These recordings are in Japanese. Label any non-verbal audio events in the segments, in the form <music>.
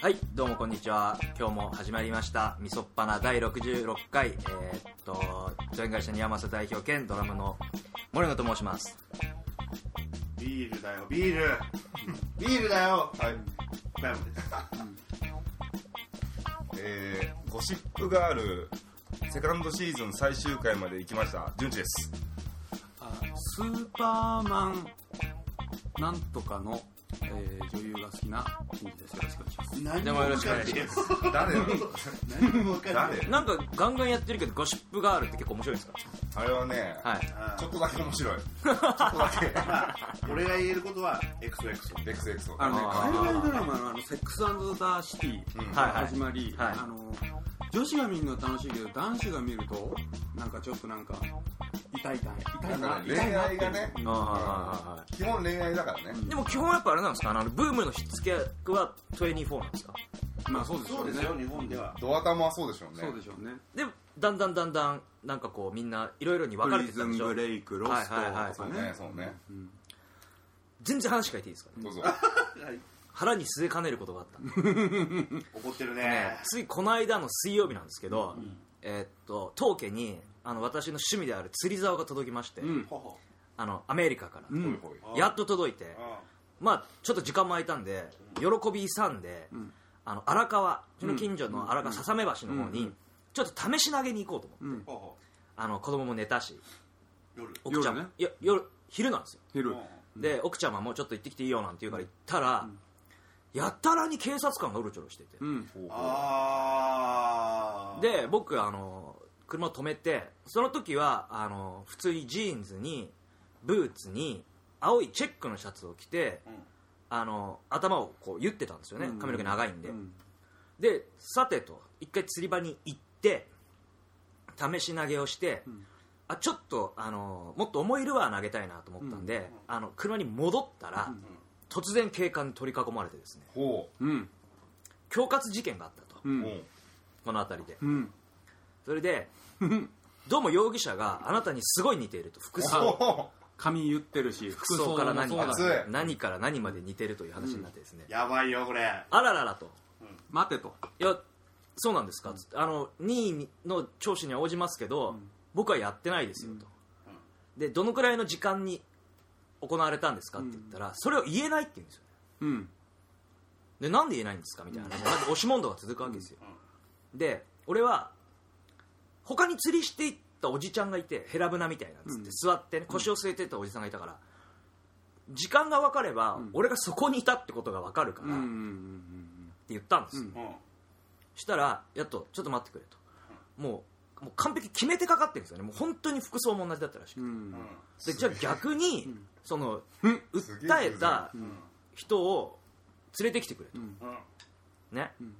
はい、どうもこんにちは。今日も始まりました、みそっぱな第66回、えーっと、ジョイン会社に山瀬代表兼ドラムの森野と申します。ビールだよ、ビール。ビールだよ。はい。小山です。えー、ゴシップガールセカンドシーズン最終回まで行きました順次ですあスーパーマンなんとかの、えー女優が好きな人です。よろしくお願いします。何でもよろしくお願いします。誰よ何もわかんない誰。なんかガンガンやってるけど、ゴシップガールって結構面白いんですかあれはね、はい。あちょっとだけ面白いちょっとだまあ、俺が言えることは、XOXO。け XXO あのね、あー海外ドラマのあのセックスザ・シテうんィはがいはい始まり、はいあの女子が見るのは楽しいけど、男子が見ると、なんかちょっとなんか、痛い痛い、痛ないんかな、ね恋痛いなって愛がねあーはいはいは基本恋愛だからねいでも基本やっぱあれなんですかあの、ブームの火付け役は24なんですかまあそうでしょそううねで。すよ、日本では。ドアタマはそうでしょうねそうでしょうね。で、だんだんだんだん、なんかこうみんないろいろに分かプれリてたズんでンしょブレイク、ロストはといはいはいかそうねね。そうねうん全然話変えていいですかねどうぞはい腹に据えかねることがあったんで怒ってるねね。ついこの間の水曜日なんですけど、んえーっと当家にあの私の趣味である釣り竿が届きまして、うんほほ。あのアメリカから、うんほいほいあやっと届いて、あまあちょっと時間も空いたんで喜び勇んで、んあの荒川うちの近所の荒川うん笹目橋の方に、うんちょっと試し投げに行こうと思って、うんほほ。あの子供も寝たし夜。奥ちゃん、夜ねいや夜昼なんですよ、ヘルで奥ちゃまもちょっと行ってきていいよなんて言うから行ったら、やたらに警察官がうろちょろしてて、うん。ほうほうあー。で僕あの車を止めてその時はあの普通にジーンズにブーツに青いチェックのシャツを着てうん、あの頭をこう言ってたんですよねうん髪の毛長いんで、うんでさてと一回釣り場に行って試し投げをして、んあちょっとあのもっと重いルアー投げたいなと思ったんで、あの車に戻ったら、突然警官に取り囲まれてですねほうん。恐喝事件があったと、う。うんほこの辺りでうん。それでどうも容疑者があなたにすごい似ていると服装ほ髪言ってるし、服服装から何かもらそうだだ熱い何から何まで似てるという話になってですね、やばいよ、これ。あらららと待てと。いやそうなんですか、つってあの任意の聴取には応じますけど、僕はやってないですよと、でどのくらいの時間に行われたんですかって言ったら、それを言えないって言うんですようん。でなんで言えないんですかみたいな、まず押し問答が続くわけですよ、で俺は他に釣りしていったおじちゃんがいてヘラブナみたいなっつって、座ってね、腰を据えてったおじさんがいたから時間が分かれば、俺がそこにいたってことが分かるから、うんっうんてうん言ったんですよ、うんうん。したらやっとちょっと待ってくれともうもう完璧に決めてかかってるんですよねもう本当に服装も同じだったらしくて、うんううんん。でじゃあ逆に、そのすげえ訴えた人を連れてきてくれと、うん。ね、ん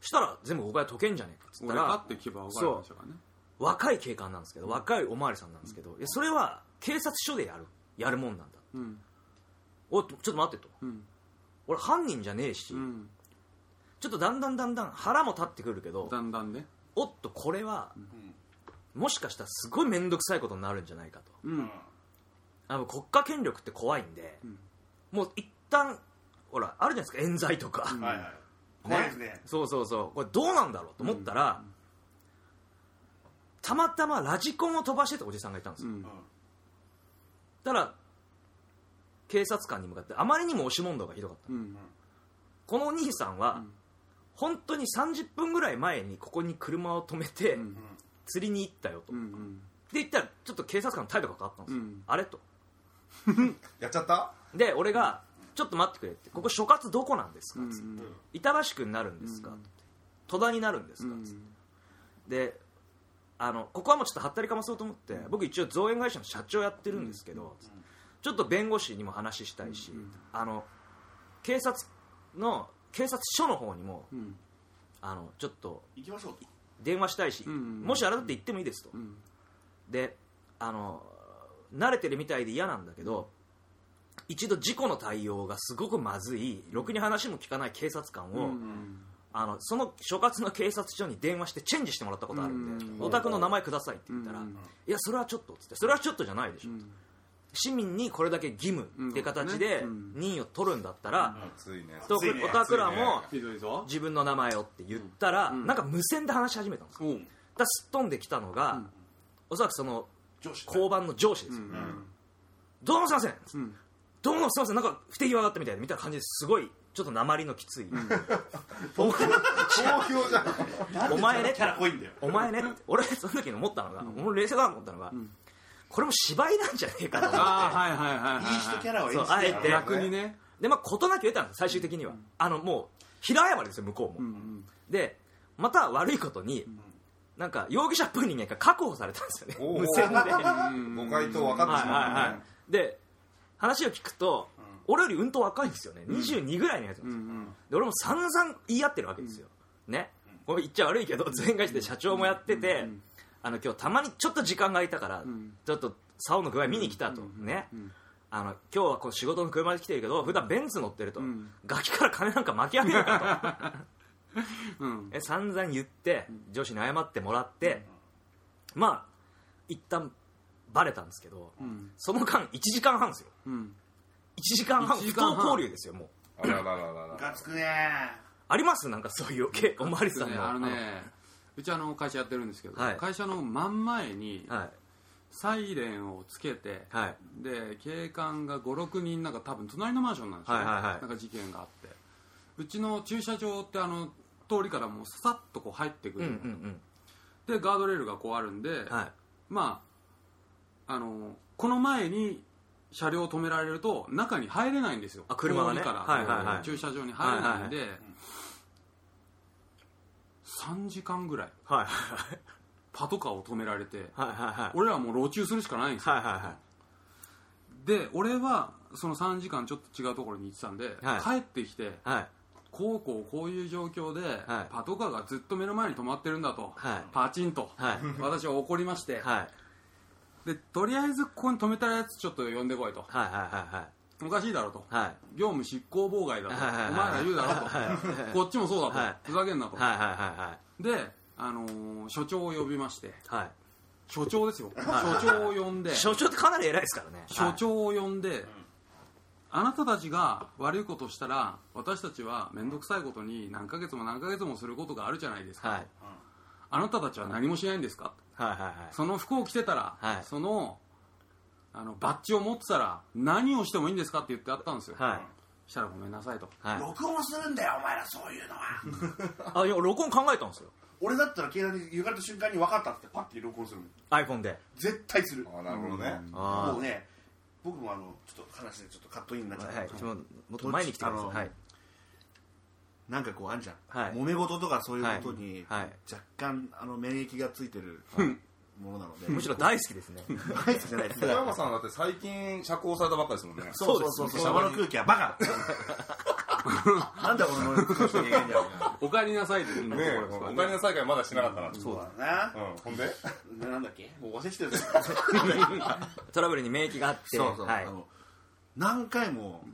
したら全部僕が解けんじゃねえかっつった俺かっらて聞けば分かるでしょうからね若い警官なんですけど若いおまわりさんなんですけど、いやそれは警察署でやるやるもんなんだうんおいちょっと待ってとうん俺犯人じゃねえし、うんちょっとだんだんだんだん腹も立ってくるけどだんだんねおっとこれは、もしかしたらすごい面倒くさいことになるんじゃないかとううんん。あの国家権力って怖いんで、もう一旦ほらあるじゃないですか冤罪とか、うん。はいはい。怖いですね。そうそうそうこれどうなんだろうと思ったら、たまたまラジコンを飛ばしてたおじさんがいたんですうよ、うんん。たら警察官に向かってあまりにも押し問答がひどかった、うんこのお兄さんは、本当に30分ぐらい前にここに車を止めて、うん釣りに行ったよと、うってん言ったらちょっと警察官の態度が変わったんですよ、うんあれとうやっちゃったで俺が「ちょっと待ってくれ」って「ここ所轄どこなんですか?」っつって、板橋区になるんですか?」って「戸田になるんですか?」っつって、であのここはもうちょっとはったりかまそうと思って、僕一応造園会社の社長やってるんですけど、つってちょっと弁護士にも話したいし、あの警察の警察署の方にも、んあのちょっと行きましょう。電話したいし、うんうんもしあれだって言ってもいいですと、んであの慣れてるみたいで嫌なんだけど、一度事故の対応がすごくまずいろくに話も聞かない警察官を、うんあのその所轄の警察署に電話してチェンジしてもらったことあるんで、うお宅の名前くださいって言ったら、うんいやそれはちょっとっつってそれはちょっとじゃないでしょ、うん市民にこれだけ義務って形でうん任意を取るんだったら、熱いねと熱いねおたくらもひどいぞ自分の名前をって言ったら、うんなんか無線で話し始めたんですよおうだからすっ飛んできたのが、うんおそらくその上司交番の上司でうすよ、んどうもすいませんうんどうもすいませんなんか不手際があったみたいなみたいな感じですごいちょっと鉛のきつい、お前好評じゃんお前ねキャラ濃いんだよお前ね <laughs> って俺その時に思ったのが、俺冷静だなと思ったのが、これも芝居なんじゃねえかと思ってああはいはいはいはいいい人キャララを演じて <laughs> そうあえて逆にねでまあ事なきを得たんです最終的には、あのもう平謝りですよ向こううも、んでまた悪いことに、なんか容疑者っぽい人間が確保されたんですよねおー無線でうんうんご回答分かってはしいはいまはうねい、で話を聞くと、俺よりうんと若いんですよね22ぐらいのやつなんうですよ、んで俺も散々言い合ってるわけですよ、ねこれ言っちゃ悪いけど全会社で社長もやってて、あの今日たまにちょっと時間が空いたから、んちょっと竿の具合見に来たと、ね、あの今日はこう仕事の車で来てるけど普段ベンツ乗ってると、んガキから金なんか巻き上げるかと <laughs> うんえ散々言って上司に謝ってもらって、まあ一旦バレたんですけど、んその間1時間半ですようん1時間半1不時間当半交流ですよもうあららららムらカつくねありますなんかそういう経験おまわりさんねのあのねうちあの会社やってるんですけど、はい会社の真ん前にあのはいサイレンをつけて、はいで警官が56人なんか多分隣のマンションなんですよ、ねはいはいはいなんか事件があってうちの駐車場ってあの通りからもうささっとこう入ってくうんるうような、んでガードレールがこうあるんで、うんはいまああのこの前に車両を止められると中に入れないんですよあ車がね通りから、はいはいはい駐車場に入れないんで、は3時間ぐらいはいはいパトカーを止められて、はいはいはい俺らはもう路中するしかないんですよ、はいはいはで俺はその3時間ちょっと違うところに行ってたんで、は帰ってきていはいこうこうこういう状況で、はいパトカーがずっと目の前に止まってるんだと、はいパチンと、はい私は怒りまして、はいでとりあえずここに止めたやつちょっと呼んでこいとはいはおかしいだろといはいはい業務執行妨害だとおはいはいはい前ら言うだろとこっちもそうだと、はいふざけんなと、はいはいはで、あのー所長を呼びましていはいは所長ですよ所長を呼んでい所長ってかなり偉いですからね所長を呼んで、あなたたちが悪いことをしたら私たちは面倒くさいことに何ヶ月も何ヶ月もすることがあるじゃないですか、はいあなたたちは何もしないんですかはいはいはいその服を着てたら、はいそのあのバッジを持ってたら何をしてもいいんですかって言ってあったんですよ、はいしたらごめんなさいとえはい録音するんだよお前らそういうのは <laughs> あいや録音考えたんですよ俺だったら携帯に言われた瞬間に分かったってパッて録音するの iPhone で絶対するあなるほどねあーもうね僕もあのちょっと話でちょっとカットインになっちゃう、はいもっと前に来てくださいはいなんかこうあんじゃん、はい揉め事とかそういうことに、はいはい若干あの免疫がついてるものなのでむしろ大好きですね大好きじゃないです <laughs> 小山さんだって最近釈放されたばっかですもんねそうそうそうそうシャバの空気は <laughs> バカなんだこの空気がいいんだよ <laughs> お帰りなさいって言うんねですえよおこれ金の再開まだしてなかったなそううだな、んほんでななんだっけもう忘れてたよ <laughs> トラブルに免疫があってそうそう、はいあの何回も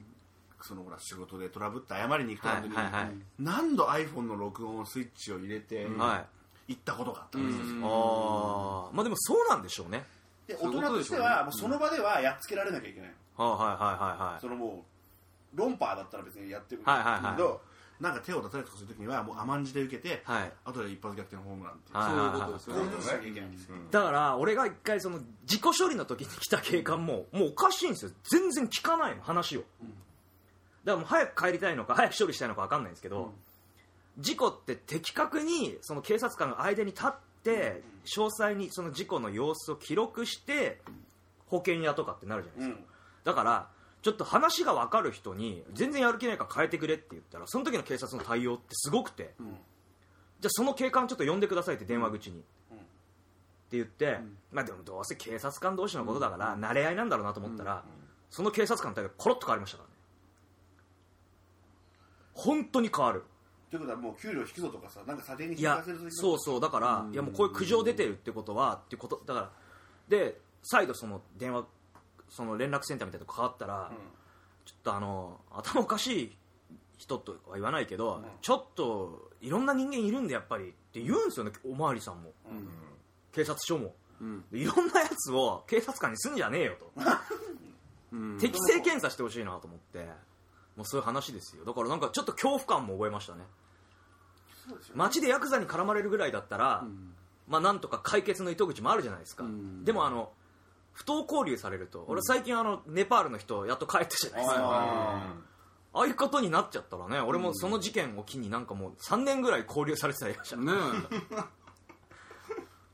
そのほら仕事でトラブって謝りに行くとはかいの時に、はいはい何度 iPhone の録音スイッチを入れて、はい行ったことがあったんですよ、ああまあでもそうなんでしょうねでそう大人いうこととでししょてうねはもうその場ではやっつけられなきゃいけない、はいはいはいはいはいそのもう論破だったら別にやってるけど、はいはいはいなんか手を出されたとかするときにはもう甘んじて受けて、はい後で一発逆転ホームランっていう、はいそういうことですよこうねいうことしなきゃいけないんですよ、だから俺が一回その自己処理の時に来た警官ももうおかしいんですよ全然聞かないの話をだからもう早く帰りたいのか早く処理したいのか分かんないんですけど事故って的確にその警察官が間に立って詳細にその事故の様子を記録して保険屋とかってなるじゃないですかうんだからちょっと話が分かる人に全然やる気ないから変えてくれって言ったらその時の警察の対応ってすごくて、んじゃあその警官ちょっと呼んでくださいって電話口に、うっんて言って、まあでもどうせ警察官同士のことだから慣れ合いなんだろうなと思ったら、その警察官の態度がコロッと変わりましたからね本当に変わるということはもう給料引くぞとかさなんか査定にい引かやせるときそうそうだから、いやもうこういう苦情出てるってことはっていうことだからで再度その電話その連絡センターみたいなとこ変わったら、ちょっとあの頭おかしい人とは言わないけど、ちょっといろんな人間いるんでやっぱりって言うんですよねおまわりさんも、警察署も、んでいろんなやつを警察官にすんじゃねえよと <laughs> うん適性検査してほしいなと思ってもうそういう話ですよだからなんかちょっと恐怖感も覚えましたね街でヤクザに絡まれるぐらいだったら、まあなんとか解決の糸口もあるじゃないですか、んでもあの不当交流されると、俺最近あのネパールの人やっと帰ったじゃないですか、あああいうことになっちゃったらね俺もその事件を機になんかもう3年ぐらい交流されてたやつじゃんだねか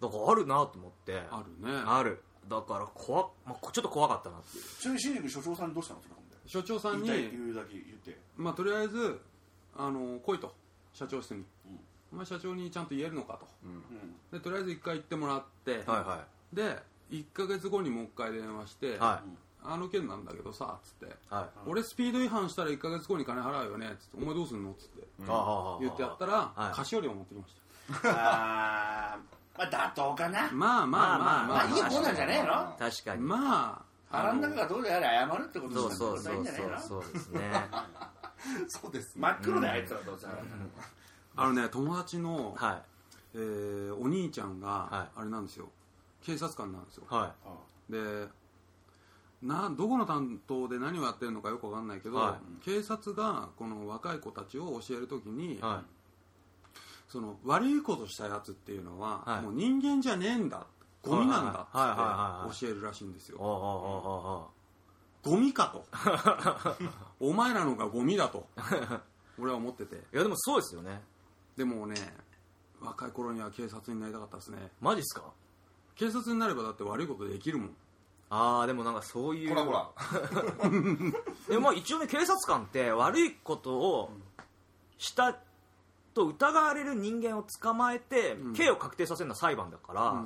らあるなと思ってあるねあるだから怖っ、まあ、こちょっと怖かったなっていうーちなみに新宿所長さんにどうしたのそれ所長さん今に度言いたい言うだけ言ってまあ、とりあえずあの来いと社長室に、お前社長にちゃんと言えるのかと、でとりあえず一回行ってもらって、はで1ヶ月後にもう一回電話して、いはあの件なんだけどさ」っつっていはい、 「俺スピード違反したら1ヶ月後に金払うよね」っつって「お前どうすんの?」っつってああああああ言ってやったはらい菓子折りを持ってきましたあーまあ妥当かなまあまあまあままああいいまあことなんじゃねえの確かに、まあ腹の中がどうであれ謝るってことそうにしそうそたらいいんうじゃないそのうそうですねそうです真っ黒で入ったらどうせあのね友達の、はえーお兄ちゃんが、はあれなんですよ警察官なんですよいはでなどこの担当で何をやってるのかよくわかんないけど、は警察がこの若い子たちを教えるときに、いはその悪いことしたやつっていうのは、はいもう人間じゃねえんだゴミなんだはいはいはいはいはいっつって教えるらしいんですいおよおおゴミかとお前らのがゴミだと俺は思ってていやでもそうですよねでもね若い頃には警察になりたかったですねマジっすか警察になればだって悪いことできるもんああでもなんかそういうほらほらでもまあ一応ね警察官って悪いことをしたと疑われる人間を捕まえて、刑を確定させるのは裁判だから、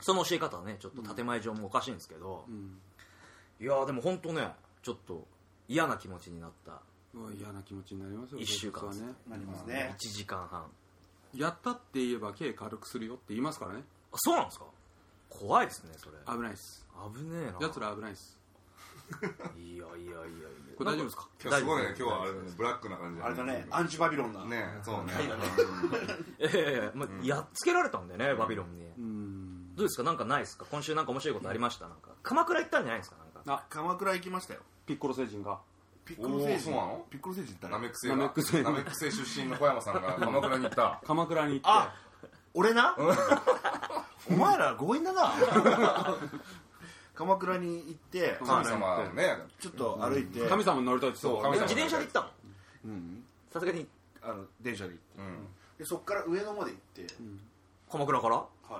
その教え方はねちょっと建前上もおかしいんですけど、んいやーでも本当ねちょっと嫌な気持ちになったうわ嫌な気持ちになりますよ一週間警察はねなります1ね時間半あやったって言えば刑軽くするよって言いますからねそうなんですか怖いですねそれ危ないです危ねえなやつら危ないですいやいやいやいやこれ大丈夫ですか今日すごい大丈ね夫です今日はあれだねブラックな感じあれだねあアンチバビロンだねそうねええええまあやっつけられたんだよね、バビロンにうんどうですかなんかないですか今週なんか面白いことありましたなんか鎌倉行ったんじゃないですかなんかあ鎌倉行きましたよピッコロ星人がピッコロ星人おーそうなのピッコロ星人ってナ誰メック星がナメック星ナメック星出身の小山さんが鎌倉に行った鎌倉に行ってあ俺なお前ら強引だ <laughs> な鎌倉に行って神様をねちょっと歩いて神様になりたいってそう神自神様転車で行ったのうんさすがにあの電車で行ってうんでそっから上野まで行って鎌倉からはい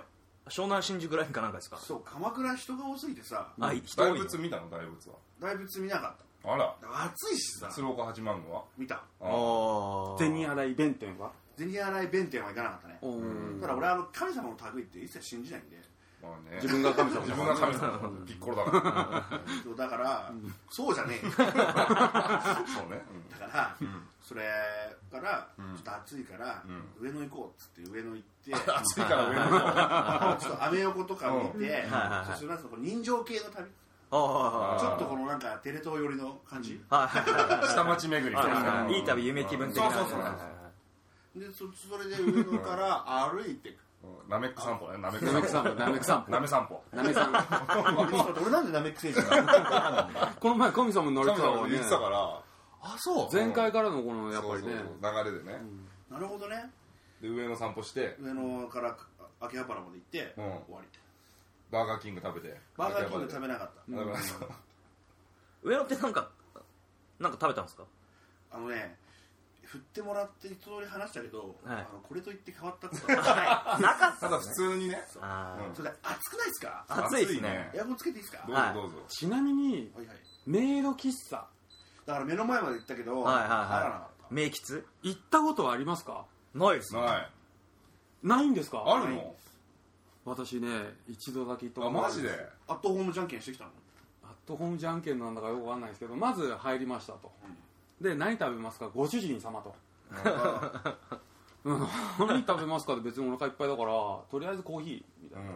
湘南新宿ラインかなんかですかそう鎌倉人が多すぎてさあい人多大いね仏見たの大仏は大仏見なかっあらた暑いしさ鶴岡八幡宮は見たああー銭洗弁天は銭洗弁天は行かなかったねおただ俺あの神様の類って一切信じないんであまあね自分が神様自分が神様だからピッコロだからそうだからそうじゃねえよだかそうねらそれからちょっと暑いから上野行こうっつって上野行って暑いから上の方ちょっとアメ横とか見て、はいそしてなんかこう人情系の旅、ああーちょっとこのなんかテレ東寄りの感じ、ーはいはいはい下町巡りみたいなはいいい旅夢気分的なそうそうそうはいでそそれで上野から歩いて、うんナメック散歩ねナメックナメック散歩ナメック散歩ナメ散歩ナメさん俺なんでナメック星人なの <laughs> この前神様になりたい神か様らも言ってたねからあそう前回からのこのやっぱりそうねそう流れでねなるほどねで上の散歩して上野からあ秋葉原まで行って、うん終わりバーガーキング食べてバーガーキング食べなかった、だからそう上野ってなんかなんか食べたんですかあのね振ってもらって一通り話したけど、はいあのこれといって変わったことはないなかった <laughs> ただ普通にねあーそれで暑くないですか暑いですねエアコンつけていいですかどうはぞいどうぞちなみにはいはいメイド喫茶だから目の前まで行ったけど、はいはい入らなはかい名吉行ったことはありますかないですねはいないんですかあるの私ね一度だけ行ったあことマるジでったアットホームじゃんけんしてきたのアットホームじゃんけんなんだかよくわかんないですけどまず入りましたとで何食べますかご主 <laughs> 人様とうん何食べますかって別にお腹いっぱいだからとりあえずコーヒーみたいな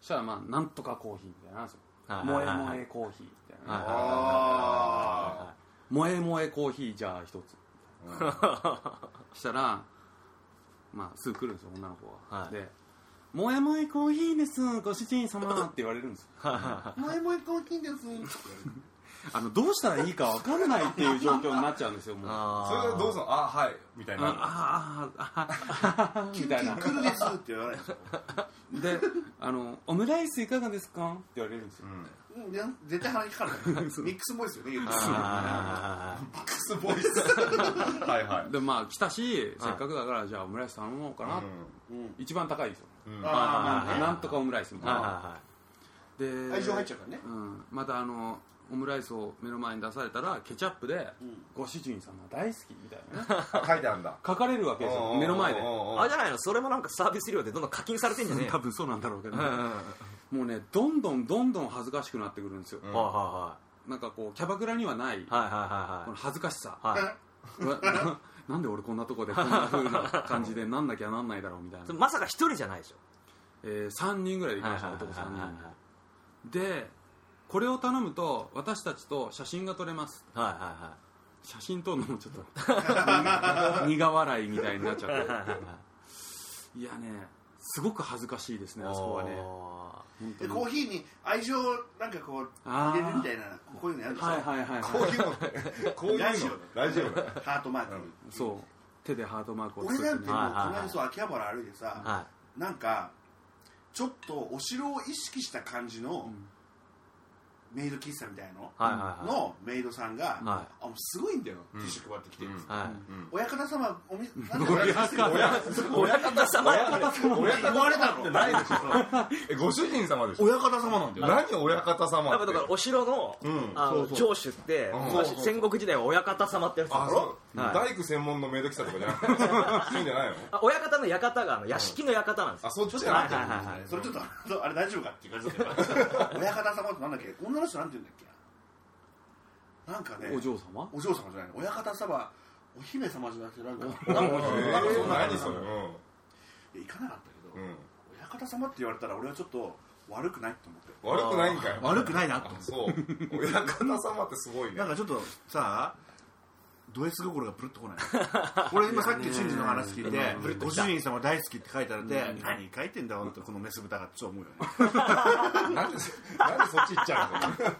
そしたらまあなんとかコーヒーみたいなのあるんですはよいはいはい萌えはい萌えコーヒーみたいなねはいああ萌え萌えコーヒーじゃあ一つしたらまあすぐ来るんですよ女の子が、はいで「萌え萌えコーヒーですご主人様」って言われるんですよ萌え萌えコーヒーですあのどうしたらいいかわからないっていう状況になっちゃうんですよもうあそれでどうすんのあはいみたいなああああみたいな来るですって言わないでしょであの「オムライスいかがですか?」って言われるんですよ、うんいや絶対鼻にかかるからミックスボイスよね言うとミックスボイスはいはいでまあ来たしせっかくだからじゃあオムライス頼もうかな、一番高いですよ、あはいはいなんとかオムライスみたいなはでー愛情入っちゃうからねうん、またあのオムライスを目の前に出されたらケチャップで、ご主人様大好き」みたいなねあ書いてあるんだ書かれるわけですよ目の前でいはいあれじゃないのそれもなんかサービス料でどんどん課金されてんじゃねえ多分そうなんだろうけど、うんうんうんはもうねどんどんどんどん恥ずかしくなってくるんですよ、いはなんかこうキャバクラにはない、いはいはいはいこの恥ずかし <laughs> さ、はいは、わななんで俺こんなとこでこんな風な感 <laughs> じでなんなきゃなんないだろうみたいないまさか一人じゃないでしょえー、3人ぐらいで行きました、男3人でこれを頼むと私たちと写真が撮れますはいは写真撮るのもちょっと苦笑いみたいになっちゃいはいっはいはいていやねすごく恥ずかしいですねあそこはね本当でにコーヒーに愛情なんかこうあー入れるみたいなこういうのやるでしょはいはい <laughs> はい、こうはい、いうのこういうのラジオラジオだハートマークにそう手でハートマークを俺なんねてもうこはのいはいはい間そう秋葉原歩いてさはなんかちょっとお城を意識した感じのメイド喫茶みたいのいはいはいのメイドさんがはあもうすごいんだよティッシュ配ってきてるんですよはい親方様おみなんか親方様親親方 <laughs> 様や親言方われたのないでしょえご主人様でしょ親方様なんだよ何親方様やっっぱだからてお城の,、うんあのそう城主って、うん昔戦国時代は親方様ってやつだあそうはい大工専門のメイド来たとか <laughs> じゃないそういうんじゃないのあ親方の館があの屋敷の館なんですあよ、そっちじゃはないいじはゃいんはいはい <laughs> それちょっとあのあれ大丈夫かっていう感じだけど親方様ってなんだっけ女の人なんて言うんだっけなんかねお嬢様お嬢様じゃないの親方様お姫様じゃなくて <laughs> なんかえなんかそんなー何それいや行かなかったけど、うんうん親方様って言われたら俺はちょっと悪くないと思って悪くないんかよ悪くないなとあ思ってそう親方様ってすごいねなんかちょっとさド S 心がプルッと <laughs> こない俺今さっき真治の話聞いてうんプルッとごきた主人様大好きって書いてあって何書いてんだ本当このメス豚がって思うよねなんでそなんでそっち行っちゃうの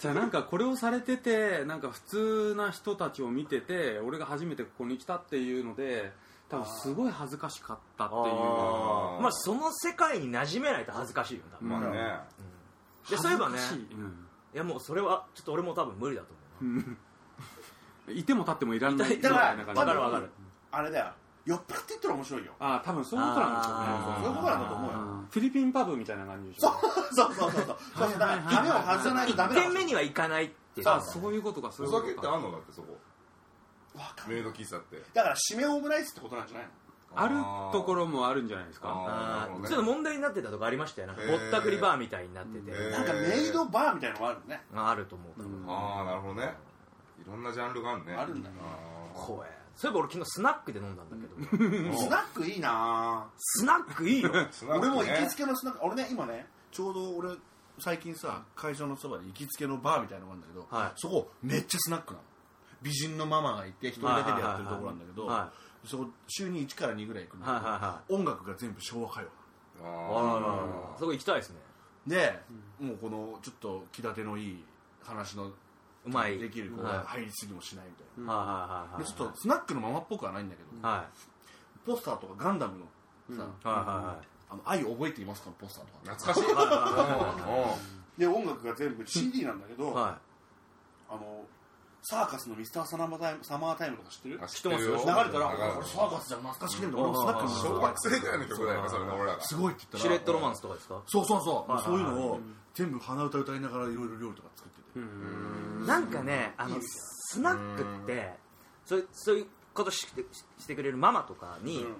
じゃあなんかこれをされててなんか普通な人たちを見てて俺が初めてここに来たっていうので多分すごい恥ずかしかったっていうあーまあその世界に馴染めないと恥ずかしいよ多分、うんまあねでそういえばね恥ずかしいうんいやもうそれはちょっと俺も多分無理だと思う、いても立ってもいらんないみただいかなら感じわかるわかるあれだよ酔っ払って言ったら面白いよああ多分そういうことなんでしょうねあーそういうことなんだと思うようんフィリピンパブみたいな感じでしょそうそうそうそう。そうだから、羽を外さないとダメ1だ。軒目には行かないっていうあそういうことかそうおいうこ酒っとてかあんのだってそこわかんないメイド喫茶ってだから、締めオムライスってことなんじゃないのあるところもあるんじゃないですかあーあーちょっと問題になってたとこありましたよなんかへぼーったくりバーみたいになってて、へーなんか、メイドバーみたいのもあるね。ああると思う多分、あーなるほどねいろんなジャンルがあるねあるんだよ。あ怖えそういえば俺昨日スナックで飲んだんだけどスナックいいなスナックいいよーぁスナック俺ねも行きつけのスナック、俺ね、今ね、ちょうど俺、最近さ、会場のそばで行きつけのバーみたいなのがあるんだけど、はいそこ、めっちゃスナックなの。美人のママがいて、一人だけでやってるところなんだけはど、いはいはいはそこ、週に1から2ぐらい行くんだけはいどはいはい音楽が全部昭和歌謡。あああそこ行きたいですねで、もうこの、ちょっと気立てのいい話のうまいできる子はいが入りすぎもしないみたいはいはいはいはな、いでちょっとスナックのままっぽくはないんだけど、はポスターとかガンダムのいさ、はいはあの愛を覚えていますかのポスターとーか懐か <laughs> しいで音楽が全部 CD なんだけど、いはあのサーカスのミスターサナマタイムサマータイムとか知ってる流あれ知ってますよたら流れあこれサーカスじゃん懐かしくねえんだ俺もスナックに小学生ぐらいの曲だよねそれね俺らがすごいってい言シったレらットロマンスとかですかそうそうそう、はいはいそういうのを全部鼻歌歌いながらいろいろ料理とか作ってて、なんかねあいいのですスよナックってそういうそういうことしてしてくれるママとかに、うん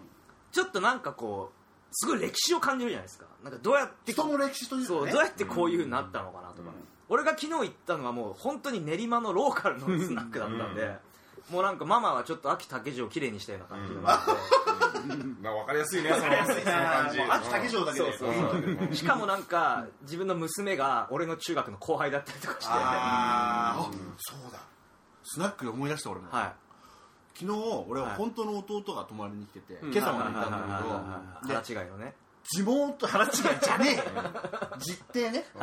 ちょっとなんかこうすごい歴史を感じるじゃないですかなんかどうやって人の歴史というそかうねどうやってこういうふうになったのかなとか、俺が昨日行ったのはもう本当に練馬のローカルのスナックだったんで、もうなんかママはちょっと秋竹城をきれいにしたような感じがあって、まあ分かりやすいね分かりやすい感じもう秋竹城だけでそうそうしかもなんか自分の娘が俺の中学の後輩だったりとかしてあーあそうだスナックで思い出した俺も、は昨日俺は本当の弟が泊まりに来てて、今朝までいたんだいけど腹違いのね地元腹違いじゃねえよ実定ねうん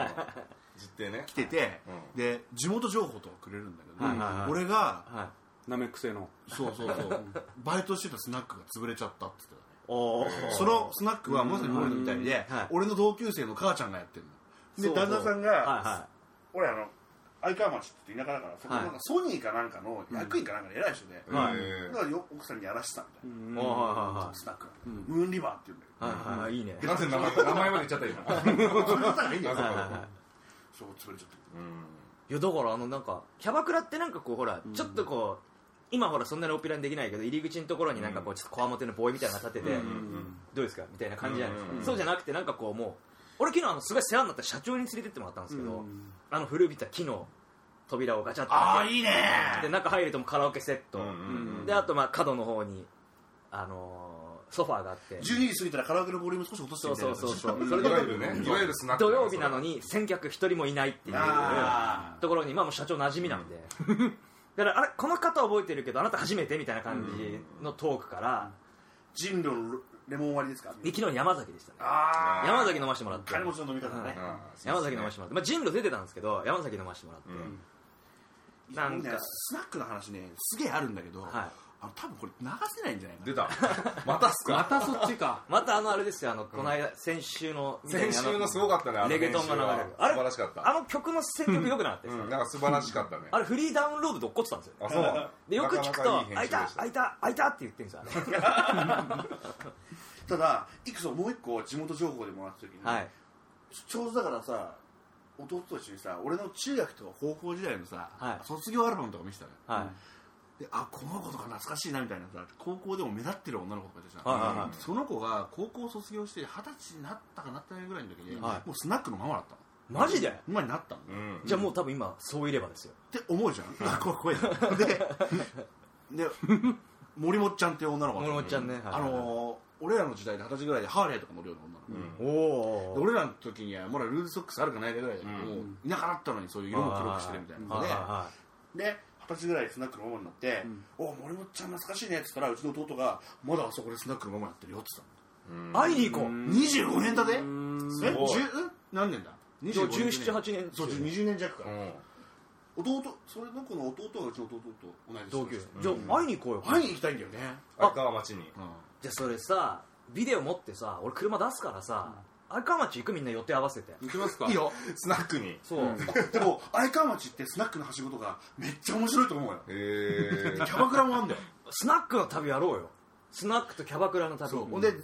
実定ね来てて、うで地元情報とかくれるんだけど、はいはいはい俺がはなめくせのそうそうそうバイトしてたスナックが潰れちゃったって言ってたねいおおそのスナックはまさに俺のみたいで、うんはい俺の同級生の母ちゃんがやってるので旦那さんが、は俺あの相川町って田舎だからそこなんはかいソニーかなんかの役員かなんかで偉い人で、はいえだからよ奥さんにやらしてたみたいな、いはいおーはスナックが、ムーンリバーって言うんだいけはいはいはいいいねーなぜ名前名前まで言っちゃった今ど、それだったらいいんだよなぜはいはいかはそう潰れちゃっていいやだからあのなんかキャバクラってなんかこうほらちょっとこう今ほらそんなにオペラにできないけど入り口のところになんかこうちょっとこわもての棒みたいなの立ててどうですかみたいな感じじゃないですうんうんうかんそうじゃなくてなんかこうもう俺昨日あのすごい世話になった社長に連れてってもらったんですけどあの古びた木の扉をガチャッと開けいいねてで中入るともうカラオケセットうんであとまあ角の方にあのーソファーがあって12時過ぎたらカラオケのボリューム少し落としてそうみたいそうなそうそううんそれいわゆでるねいわゆるスナック土曜日なのに先客一人もいないっていうあところにまあもう社長馴染みなんでだからあれこの方覚えてるけどあなた初めてみたいな感じのトークから人狼のレモン割りですかで昨日山崎でしたねあ山崎飲ましてもらって金持ちの飲み方だね、あーそう山ですね崎飲ましてもらってまあ人狼出てたんですけど山崎飲ましてもらってうんなんかねスナックの話ねすげえあるんだけど、はいあの多分これ流せないんじゃないか出なたまたっすまかたそっちかまたあのあれですよあのこの間先週のみたい先にあの週のすごかったねあのレゲトンが流れ練る習あはれ素晴らしかったあの曲の選曲良くなかったですうんなんか素晴らしかったねあれフリーダウンロードで落っこってたんですよあそうでよく聞くなかとなかいい「開編い集でたした開いた開いた」って言ってるんですよあれただいくつもう一個地元情報でもらった時に、はい、ちちょうどだからさ弟と一緒にさ俺の中学とか高校時代のさ、はい卒業アルバムとか見せたのよはい、であこの子とか懐かしいなみたいなさ高校でも目立ってる女の子とかでさ、はいはいはいその子が高校卒業して二十歳になったかなってないぐらいの時に、はいもうスナックのママだったのマジで今になったの、うっんじゃあもう多分今そういればですよて思うじゃんあ怖い怖いでで森本ちゃんっていう女の子だっ森たの本ちゃんね、はいあのー、俺らの時代で二十歳ぐらいでハーレーとか乗るような女の子、うんおおで俺らの時にはまだルーズソックスあるかないかぐらいだけど、うんもういなくなったのにそういう色も黒くしてるみたいなのでで二十歳ぐらいでスナックのママになって「おお森本ちゃん懐かしいね」って言ったらうちの弟が「まだあそこでスナックのママやってるよ」ってうん会いに行こう、言ってたの25年だぜえうんごい10ん何年だそう25 1718年そう20年弱かうら、ん弟それの子の弟がうちの弟と同じ同級生生じゃあ会いに行こうよ、会いに行きたいんだよね、相川町にじゃあそれさビデオ持ってさ俺車出すからさ相川町行くみんな予定合わせて行きますかいいよスナックにそう、でも相川町ってスナックのはしごとかめっちゃ面白いと思うよへキーャバクラもあんだよスナックの旅やろうよスナックとキャバクラの旅そうほんでで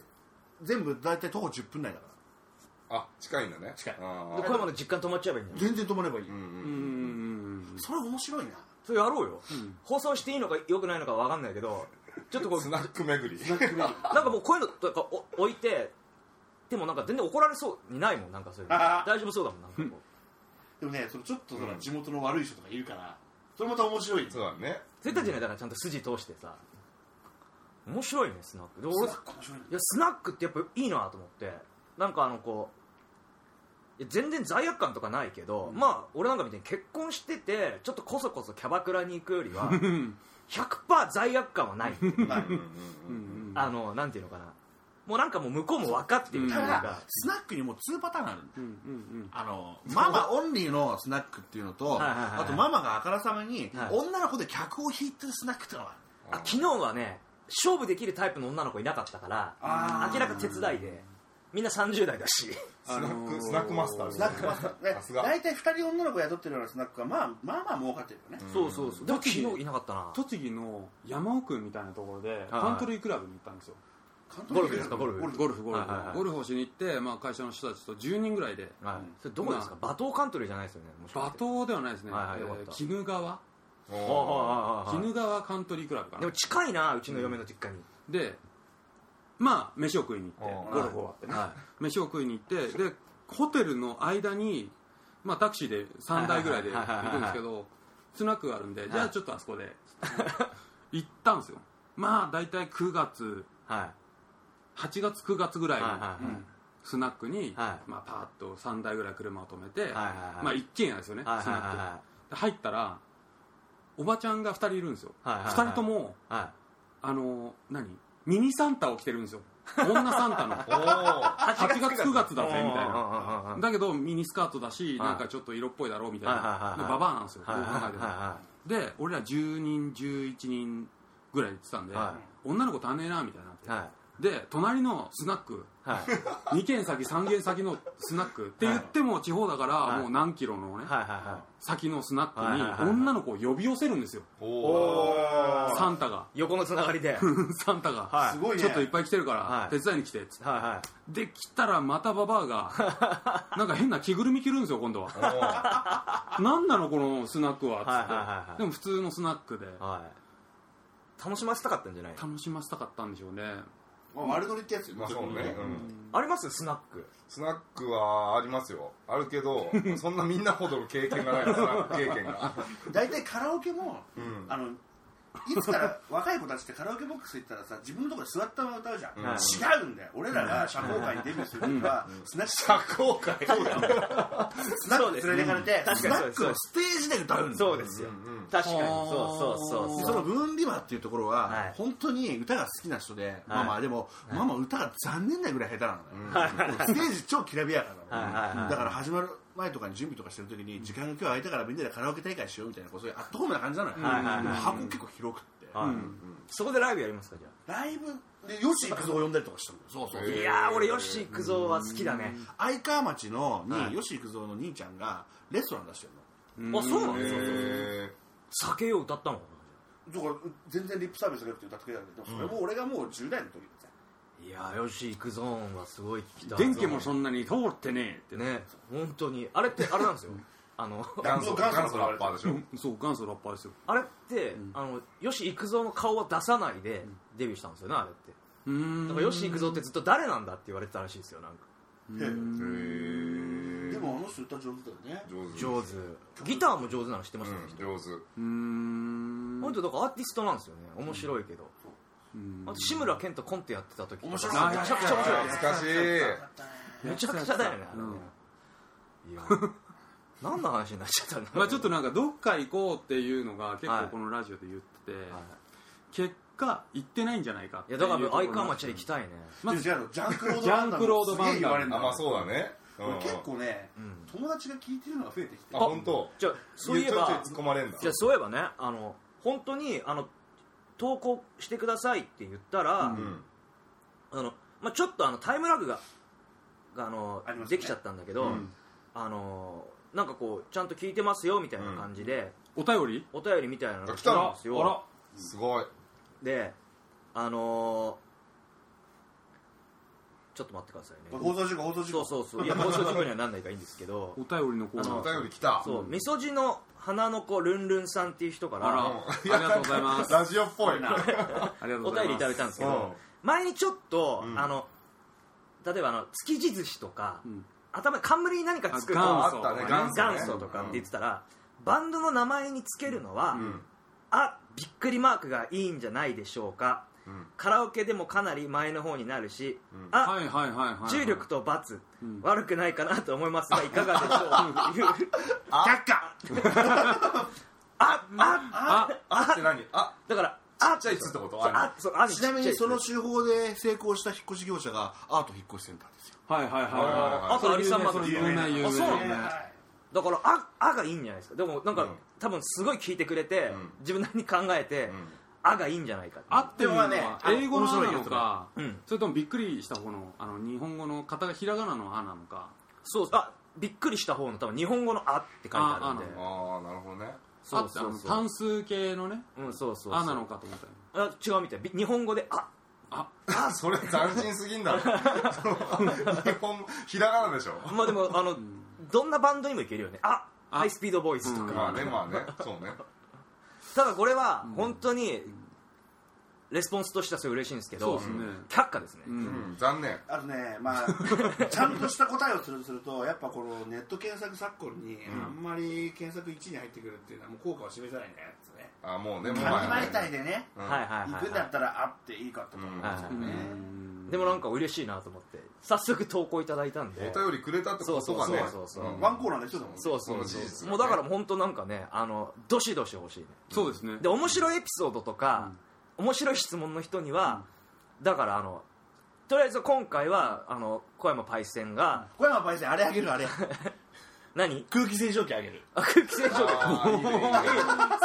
全部大体徒歩10分内だから <laughs> あ近いんだね近いあ小ー山の実家に泊まっちゃえばいいんだよ全然泊まればいい、うんうんうんうんそれ面白いなそれやろうよ、放送していいのか良くないのか分かんないけどちょっとこうスナック巡り <laughs> なんかもうこういうのとかお置いてでもなんか全然怒られそうにないもんなんかそういうのあー大丈夫そうだもんなんかこうでもねそれちょっとそのうん地元の悪い人とかいるからそれまた面白いよそうだねそれたちねだからちゃんと筋通してさ面白いねスナックでス俺ナック面白いんだいやスナックってやっぱいいなと思ってなんかあのこういや全然罪悪感とかないけど、まあ俺なんかみたいに結婚しててちょっとこそこそキャバクラに行くよりは100%罪悪感はないっていうまあうんうんうんあのなんていうのかなもうなんかもう向こうも分かってるっていうただか、スナックにも2パターンあるんだうんうんあのママオンリーのスナックっていうのとはいはいはいはいあとママがあからさまにはい女の子で客を引いてるスナックってのがあるあ昨日はね勝負できるタイプの女の子いなかったからあー明らか手伝いでみんな30代だしスナックスナックマスタースナックマスターねさすが大体2人女の子雇ってるようなスナックはまあまあまあ儲かってるよねそうそうそうでも昨時日いなかったな栃木の山奥みたいなところではいカントリークラブに行ったんですよゴルフですかゴルフゴルフゴルはいはいはいフゴルフをしに行って、まあ、会社の人たちと10人ぐらいではい、それどこですか馬頭カントリーじゃないですよねもしか罵して倒ではないですねはいはいえーよかった鬼怒川おああああああ鬼怒川カントリークラブかでなも近いなうちの嫁の実家に、でまあ飯を食いに行ってうんゴルフ終わってねは飯を食いに行ってでホテルの間に、まあ、タクシーで3台ぐらいではいはいはいはい行くんですけどスナックがあるんでじゃあちょっとあそこで行ったんですよまあ大体9月いは8月9月ぐらいのはいはいはいうんスナックに、はいまあ、パーッと3台ぐらい車を止めいはて、いまあ、一軒家ですよね、いはいスナック、で入ったらおばちゃんが2人いるんですよ、はいはいはい2人ともはあの何ミニサンタを着てるんですよい女サンタ <laughs> のおー8月9月だぜみたいうんうんうなんうんうんだけどミニスカートだしはいなんかちょっと色っぽいだろうみたいはいはいはないではいババアなんですよどうはい考はいはいはえてもで俺ら10人11人ぐらい行ってたんでは女の子足んねえなみたいになっいはいてで隣のスナックはい2軒先3軒先のスナックって言っても地方だかはらいもう何キロのねはいはいはい先のスナックにはいはいはい女の子を呼び寄せるんですよおーサンタが <laughs> 横のつながりではいサンタがはすいごいねちょっといっぱい来てるかはらい手伝いに来てっつってはで来たらまたババアが <laughs> なんか変な着ぐるみ着るんですよ今度はおーなんなのこのスナックはっつって、はいはいはいはいでも普通のスナックでいはい楽しませたかったんじゃない楽しませたかったんでしょうねまあ丸取りってやつよまあそうね、うんありますスナックスナックはありますよあるけどそんなみんなほどの経験がないスナック経験が大体カラオケも、んあのいつから若い子たちってカラオケボックス行ったらさ自分のところで座ったまま歌うじゃん、違うんだよ俺らが社交界にデビューする時は、スナッ社交界そうだよクスナック連れてかれて、うんスナックのステージで歌うんだよそうですよ確かにそうそうそうでそそうのムーンビバーっていうところは、はい本当に歌が好きな人で、ママでも、ママ歌が残念なぐらい下手なのよ、ステージ超きらびやかなの、はいはいはいだから始まる前とかに準備とかしてる時に時間が今日空いたからみんなでカラオケ大会しようみたいなこうそういうアットホームな感じなのよ、はいはいはいでも箱結構広くって、はいそこでライブやりますかじゃライブでよし行くぞを呼んだりとかしたのそうそうあいやー俺よし行くぞは好きだね相川町のに、はいよし行くぞの兄ちゃんがレストラン出してるのあそうなへんですかえ酒を歌ったのだから全然リップサービスがなくて歌ってくれたんだけどそれも俺がもう10代の時でさいやーよし行くぞーはすごい聞きたい電気もそんなに通ってねえってね本当にあれってあれなんですよ <laughs> あの元祖元祖元祖ラッパーでしょそう元祖ラッパーですよあれって、あのよし行くぞの顔は出さないでデビューしたんですよねあれってうーんだからよし行くぞってずっと誰なんだって言われてたらしいですよなんかへでえもあの人歌上手だよね上手ギターも上手なの知ってましたね、うん上手うーん本当だからアーティストなんですよね面白いけど、あと志村けんとコントやってた時面白めちかゃっくたちゃ面あ白いー懐かしいめちゃくちゃだよねあれうねいんや <laughs> 何の話になっちゃったんだろうまあちょっとなんかどっか行こうっていうのが結構このラジオで言ってて、はい結果行ってないんじゃないかっていいやうだからところ相川町は行きたいねまずでじゃあジャンクロードジャンクローバンダムすドげえ言われるんだあまあそうだね俺結うん構ね、友達が聞いてるのが増えてきてあ本当じゃあそういえちょちょば突っ込まれんだじゃあそういえばねあの本当にあの投稿してくださいって言ったら、うんあのまあ、ちょっとあのタイムラグががあのありますねできちゃったんだけど、あのなんかこうちゃんと聞いてますよみたいな感じで、お便りお便りみたいなのが来たのんですよあらすごいであのーちょっと待ってくださいね放送事故放送事そ故うそうそういや放送事故にはなんないからいいんですけど <laughs> お便りのコーナあのーお便り来たそうみそじの花の子ルンルンさんっていう人かあらら、ありがとうございます。ラジオっぽいなありがとうご <laughs> おざい便りいたます。だいたんですけうどん前にちょっと、あの例えばあの築地寿司とか、頭に冠に何かつくとああったね元元祖祖,、ねとかって言ってたら、バンドの名前につけるのは、んあびっくりマークがいいんじゃないでしょうか、んカラオケでもかなり前の方になるし、あ、はいはいはいはい。重力と×、悪くないかなと思いますがいかがでしょうという <laughs> 却下あああ、あって何あだからちあっちゃいっつってことそうあそうあちなみにそのちっちゃい手法で成功した引っ越し業者がアート引っ越しセンターですよはいはいはいはい。あとアリサンマそとれか有名有名。あそうなん有名だだから「あ」あがいいんじゃないですかでもなんか、うん多分すごい聞いてくれて、自分なりに考えて「あ」がいいんじゃないかってあっていうのでもねはあの英語の「あ」な面のか白いよそれうん、それともびっくりした方の、あの、日本語の片がひらがなの「あ」なのか。そうあびっくりした方の多分日本語の「あ」って書いてあるんでああなのああなるほどねそあうってあそうのそう単数形のね、うんそうそうそうあなのかと思ったよ。あ違うみたいび日本語で「ああ、あそれ斬新すぎんだろ日本ひらがなでしょ」まあでもあの、どんなバンドにもいけるよね「あ」あハイスピードボイスとか、まあねまあねそうねただこれは本当にレスポンスとしてはすごい嬉しいんですけそうどですね。却下ですね、うんうん残念あとねまあ <laughs> ちゃんとした答えをするとするとやっぱこのネット検索昨今に、あんまり検索1位に入ってくるっていうのはもう効果を示さないねつねあもうねもう紙媒体ででねうんはいはいはい、行くんだったらあっていいかと思うんですよね、でもなんか嬉しいなと思って早速投稿いただいたんでお便りくれたってことがねそうそうそうそううんワンコーナーの人だもんねそうそうそそうの事う実もうだから本当なんかねあのどしどし欲しいねそうですねで。面白いエピソードとか、面白い質問の人には、だからあのとりあえず今回はあの小山パイセンが小山パイセンあれあげる <laughs> あれ何空気清浄機あげるあ空気清浄機あーいいねいいね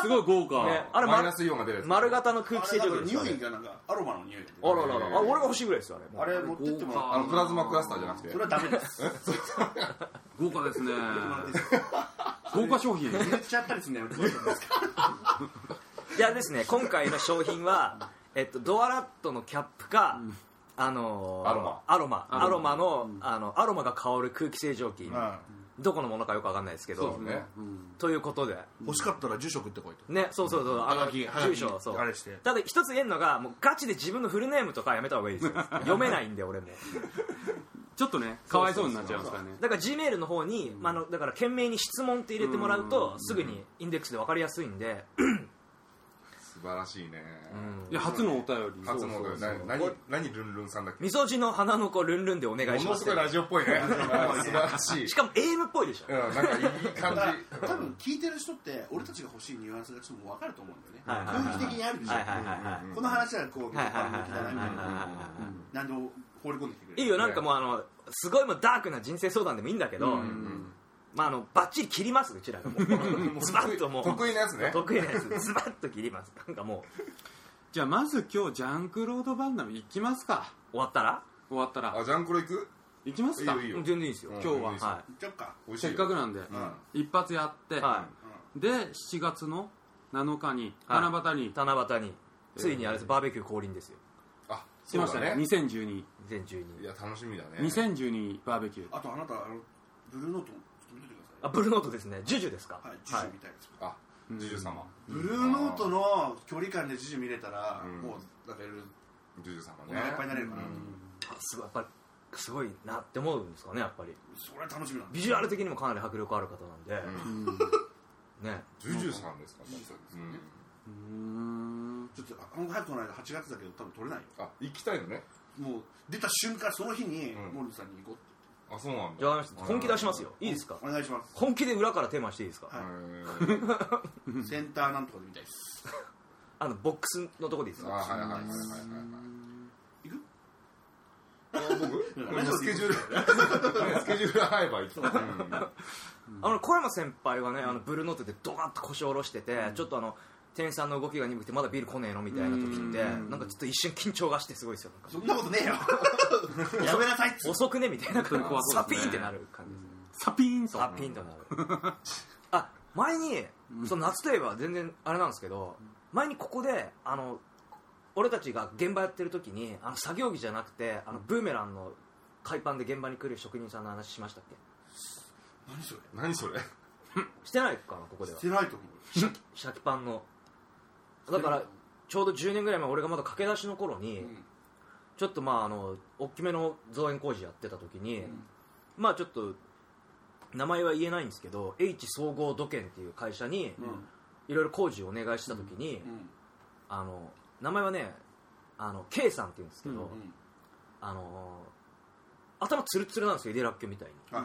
すごい豪華、ねあれマイまナスイオンが出るやつ丸型の空気清浄機です匂よねいがなんかアロマの匂いあららららあ俺が欲しいぐらいですよあれあれ持ってってもらあのプラズマクラスターじゃなくうてそれはダメです豪華ですねです豪華商品入れちゃったりするのやめてもらっていいですかいやですね今回の商品は、えっと、ドアラットのキャップか、あのーアロマアロマアロマの,、あのアロマが香る空気清浄機、どこのものかよくわかんないですけどそうねということで欲しかったら住職ってこいとねそうそうそうあのはがきはがき住所そうあれしてただ一つ言えるのがもうガチで自分のフルネームとかやめた方がいいですよ読めないんで俺もちょっとねかわいそうになっちゃいますからねだから G メールの方に、まあ、あのだから懸命に質問って入れてもらうとすぐにインデックスで分かりやすいんで、素晴らしいねいや初のお便り初のそうそうそうな何何ルンルンさんだっけみそじの花の子ルンルンでお願いもしのますすごいラジオっぽいねあ素晴らしいしかも AM っぽいでしょ <laughs> うんなんかいいだ感からじ多分聞いてる人って俺たちが欲しいニュアンスがちょっと分かると思うんだよねはいはいはい空気的にあるでしょはいはいはいはいこの話はこうはいはいはい向きだなみたいなは何でも放り込んできてくれいるいいよなんかもうあのすごいもうダークな人生相談でもいいんだけど、まああのバッチリ切りますうちらがもうズバッともう得意なやつね得意なやつズバッと切りますなんかもうじゃあまず今日ジャンクロードバンダム行きますか終わったら終わったあらジャンクロ行く行きまいすいかよいいよ全然いいですよ、うん今日は全然いいですよは行っちゃおうか美味しいよせっかくなんで、うん一発やって、い、はで7月の7日にはい七夕にい、七夕についにあれですバーベキュー降臨ですよあ来ましたねそうだ2012い2012や楽しみだね2012バーベキューあとあなたあのブルーノートちょっと見ててくあだブルーノートですねジュジュですかさいはいジュジュみたいですあジュジュ様ブルーノートの距離感でジュジュ見れたらうんもうなんかいろいろジュジュ様おね腹いっぱいになれるかなとあすごいやっぱりすごいなって思うんですかねやっぱりそれは楽しみなんだビジュアル的にもかなり迫力ある方なんで、ねジュジュさんですかジュジュさんですよねうんうんちょっとあの早くこの間8月だけど多分取れないよあ行きたいのねもう出た瞬間その日にうんモンリさんに行こうってあそうなんじゃあわかりだました本気出しますよいいですかお願いし <laughs> ます本気で裏からテーマしていいですか、はへいーセンターなんとかで見たいですあのボックスのとこでいいですあかはいはいはいはいはい行くはいあ僕俺のスケジュールスケジュール合えば行きたいうんあの小山先輩はねあのブルーノートでドカッと腰を下ろしてて、ちょっとあの店員さんの動きが鈍くてまだビール来ねえのみたいな時ってなんかちょっと一瞬緊張がしてすごいですよなんかそんなことねえよやめなさいっつって遅くねみたいな本当に感怖じそうサですピねーンってなる感じですねサピーンとサピーンとなるあ前にその夏といえば全然あれなんですけど前にここであの俺たちが現場やってる時にあの作業着じゃなくてあのブーメランの海パンで現場に来る職人さんの話しましたっけ何それ何それしてないかなここではしてないと思うシャキパンのだからちょうど10年ぐらい前俺がまだ駆け出しの頃に、んちょっとまああの大きめの造園工事やってた時に、まあちょっと名前は言えないんですけど H 総合土建っていう会社にうんいろいろ工事をお願いした時に、うんあの名前はねあの K さんって言うんですけど、うんあの頭ツルツルなんですよイデラッキョみたいにはい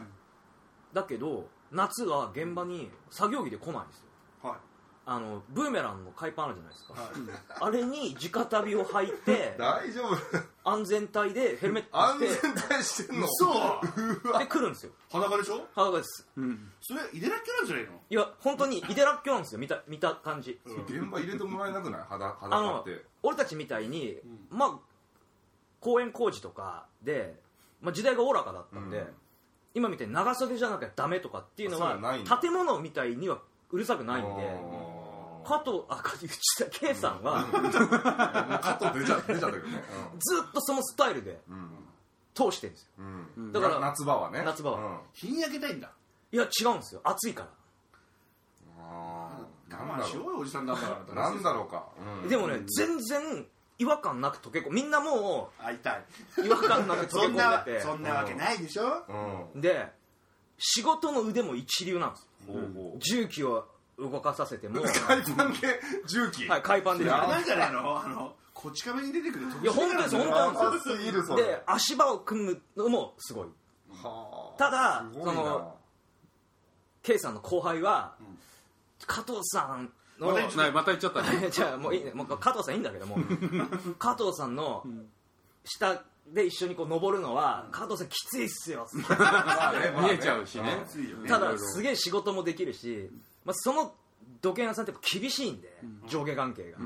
だけど夏は現場に作業着で来ないんですよはあのブーメランの海パンあるじゃないですかいはあいれに直旅を履いて <laughs> <laughs> 大丈夫安全帯でヘルメット安して全帯してんのそうで来るんですよ裸でしょ裸ですうんそれ入れなきゃなんじゃないのいや本当にイデラッキョなんですよ見た見た感じ現場入れてもらえなくない肌あ肌っのて俺たちみたいに、まあ公園工事とかで、まあ、時代がおおらかだったんで、うん今みたいに長袖じゃなきゃダメとかっていうのあはそういうのないんだ建物みたいにはうるさくないんであ加藤あ加藤内田圭さんは、ーカット出ちゃ出ちゃったけどねずっとそのスタイルでうんうん通してるんですようんだからな夏場はね夏場はうん日に焼けたいんだいや違うんですよ暑いからあー我慢しようよおじさんだからなんだろうかうんでもね、全然違和感なく溶け込むみんなも会いたいう違和感なく溶けそ込んんなでてそんなわけないでしょうんで仕事の腕も一流なんですよほうほう重機を動かさせてもは海パンで重機い海パンでいあやれなんじゃないのあのこち亀に出てくる特殊本当です本当なんですすぎるそよれで足場を組むのもすごいはあただすごいそなの K さんの後輩は、加藤さんのまた一 <laughs> 緒ないまた行っちゃったねじゃあもういいねもう加藤さんいいんだけども加藤さんの下で一緒にこう登るのは加藤さんきついっすよつって見えちゃうしね熱いよねたいろだいろすげえ仕事もできるし、まあ、その土建屋さんってやっぱ厳しいんで、上下関係が、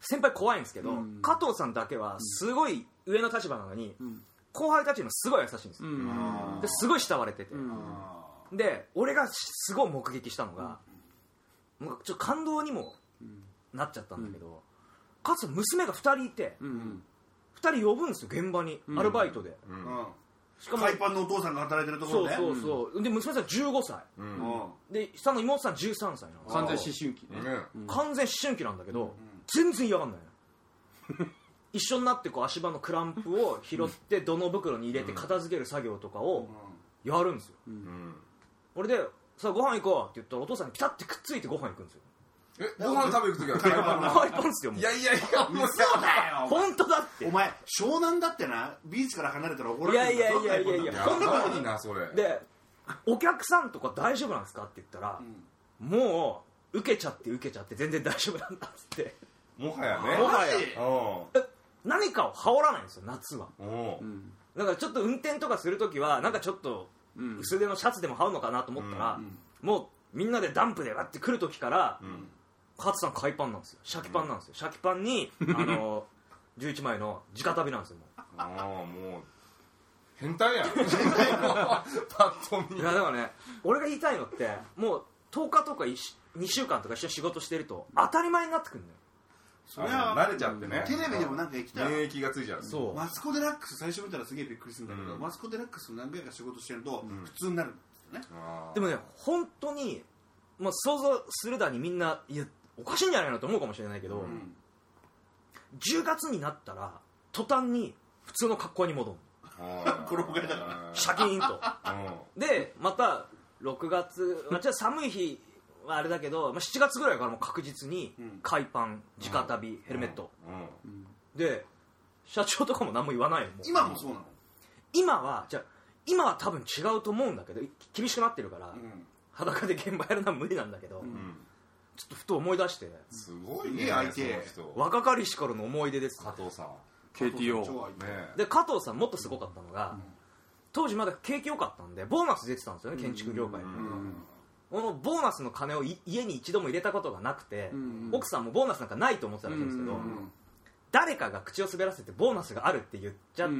先輩怖いんですけど、うん加藤さんだけはすごい上の立場なのに、ん後輩たちにもすごい優しいんですうよ、んですごい慕われてて、うんで俺がすごい目撃したのが、もうちょっと感動にもなっちゃったんだけど、かつ娘が2人いて、うん2人呼ぶんですよ現場に、うんアルバイトでしうん海パンのお父さんが働いてるとこそろうねそうそう、で娘さん15歳うんうんで下の妹さん13歳なんですよ完全思春期ねね完全思春期なんだけど、全然嫌がんないの <laughs> 一緒になってこう足場のクランプを拾って土の袋に入れて片付ける作業とかをやるんですよ、うん俺で「さあご飯行こう」って言ったらお父さんにピタッてくっついてご飯行くんですよえご飯食べ行く時 <laughs> 海はパンのハイパンっすよもういやいやいやもうそうだよ本当だってお前湘南だってなビーチから離れたら怒らいれやるいやいやいやいややばいなそれで「お客さんとか大丈夫なんですか?」って言ったら、もう受けちゃって受けちゃって全然大丈夫なんだっつって <laughs> もはやもねはやマうえ何かを羽織らないんですよ夏はんおううんだからちょっと運転とかするときはなんかちょっとうん薄手のシャツでも羽織るのかなと思ったら、もうみんなでダンプでやって来るときから、ん勝さん海パンなんですよシャキパンなんですよ、シャキパンにあの11枚の直旅なんですよもうああもう変態やんパッと見いやだからね俺が言いたいのってもう10日とか2週間とか一緒に仕事してると当たり前になってくるんだよそれはあの慣れちゃってねテレビでもなんか言ってたよ免疫がついちゃうそうマツコ・デラックス最初見たらすげえびっくりするんだけど、うんマツコ・デラックス何回か仕事してると普通になるんですよね、あーでもね本当にまあ想像するだにみんないやおかしいんじゃないのと思うかもしれないけど、ん10月になったら途端に普通の格好に戻るあー転がりだからうんシャキーンとでまた6月、まあ、ちょっと寒い日はあれだけど、まあ、7月ぐらいからもう確実にうん海パン直旅ヘルメット、うんで社長とかも何も言わないよもう今もそうなの、今はじゃあ今は多分違うと思うんだけど厳しくなってるから、裸で現場やるのは無理なんだけど、うんちょうっとんふと思い出してすごいねいい相手その人若かりし頃の思い出です加藤さん KTO 超愛いねで加藤さんもっとすごかったのが、当時まだ景気良かったんでボーナス出てたんですよね建築業界に、うんこのボーナスの金をい家に一度も入れたことがなくて、ん奥さんもボーナスなんかないと思ってたらしいんですけど、うん誰かが口を滑らせてボーナスがあるって言っちゃったう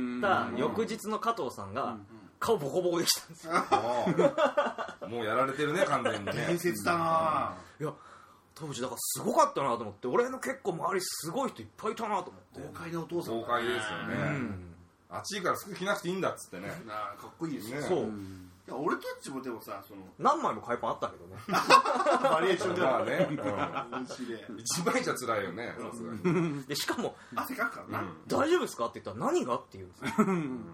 ん翌日の加藤さんが顔ボコボコでしたんですよ、もうもうやられてるね完全にね伝説だな、いや当時だからすごかったなと思って俺の結構周りすごい人いっぱいいたなと思って豪快なお父さん豪快ですよね、うん暑いから服着なくていいんだっつってねなあかっこいいですねねそう、いや俺たちもでもさその何枚も海パンあったけどねバリエーションまあがね、面白いうん、一枚じゃ辛いよねさすがに、うんでしかも汗かくからな、 「大丈夫ですか?」って言ったら「何が?」って言うんですよ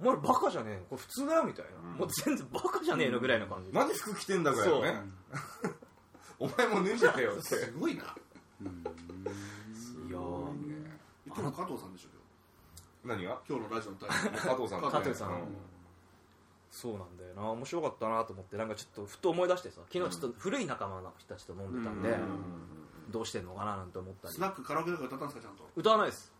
お前バカじゃねえのこれ普通だよみたいな、もう全然バカじゃねえのぐらいの感じ、何服着てんだぐらいのねお前もう脱いじゃえよってすごいないやー今日の加藤さんでしょ何が今日のラジオのタイトル加藤さんだね加藤さんそうなんだよな面白かったなと思ってなんかちょっとふと思い出してさ昨日ちょっと古い仲間の人たちと飲んでたんで、どうしてんのかななんて思ったりスナックカラオケとか歌ったんですかちゃんと歌わないです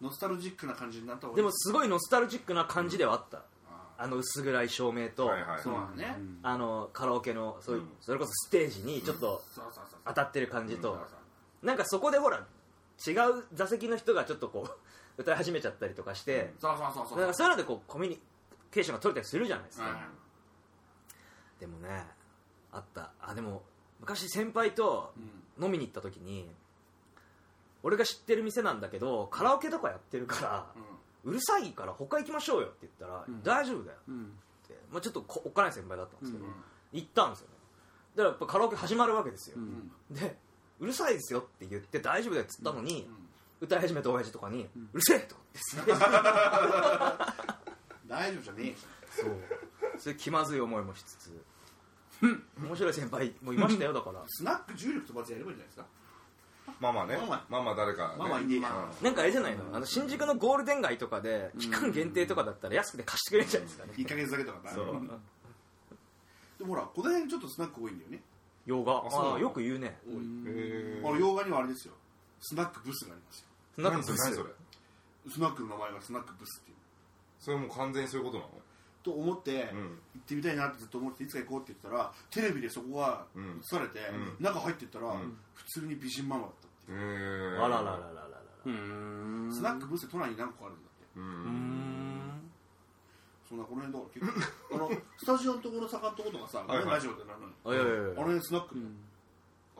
ノスタルジックな感じになった方がでいいもすごいノスタルジックな感じではあった、ああの薄暗い照明と、はいはいそうなんね、あのカラオケのそういう、うんそれこそステージにちょっとそうそうそうそ当うたってる感じと、なんかそこでほら違う座席の人がちょっとこう歌い始めちゃったりとかして、そうそうそうそうなんかそういうのでこうコミュニケーションが取れたりするじゃないですか、はいでもねあったあでも昔先輩と飲みに行った時に、俺が知ってる店なんだけどカラオケとかやってるから、うるさいから他行きましょうよって言ったら、大丈夫だようんって、まあ、ちょっとこおっかない先輩だったんですけど、行ったんですよねだからやっぱカラオケ始まるわけですよ、んでうるさいですよって言って大丈夫だよっつったのに、歌い始めた親父とかに、うるせえとか言 <laughs> って大丈夫じゃねえよそうそれ気まずい思いもしつつ面白い先輩もいましたよだからスナック重力と罰やればいいんじゃないですかママねママママ誰か、ね、ママいねえやなんかあれじゃないのあの新宿のゴールデン街とかで期間限定とかだったら安くて貸してくれるんじゃないですかね1ヶ月だけとかなでもほらこの辺ちょっとスナック多いんだよね洋画あそうなあのあよく言うね多いうんへえあの洋画にはあれですよスナックブスがありますよなんかブ何スそれスナックの名前がスナックブスっていうそれはもう完全にそういうことなのと思って、うん行ってみたいなってずっと思ってていつか行こうって言ったらテレビでそこが映うんされて、う中入ってったら、うん普通に美人ママだったっていう、あへららららららうーんスナックブスって都内に何個あるんだってううーんんそんなこの辺だから結構あの <laughs> スタジオのところの坂のとことかさはいはいラジオでなるのにあいやいやいあやの辺スナックだよ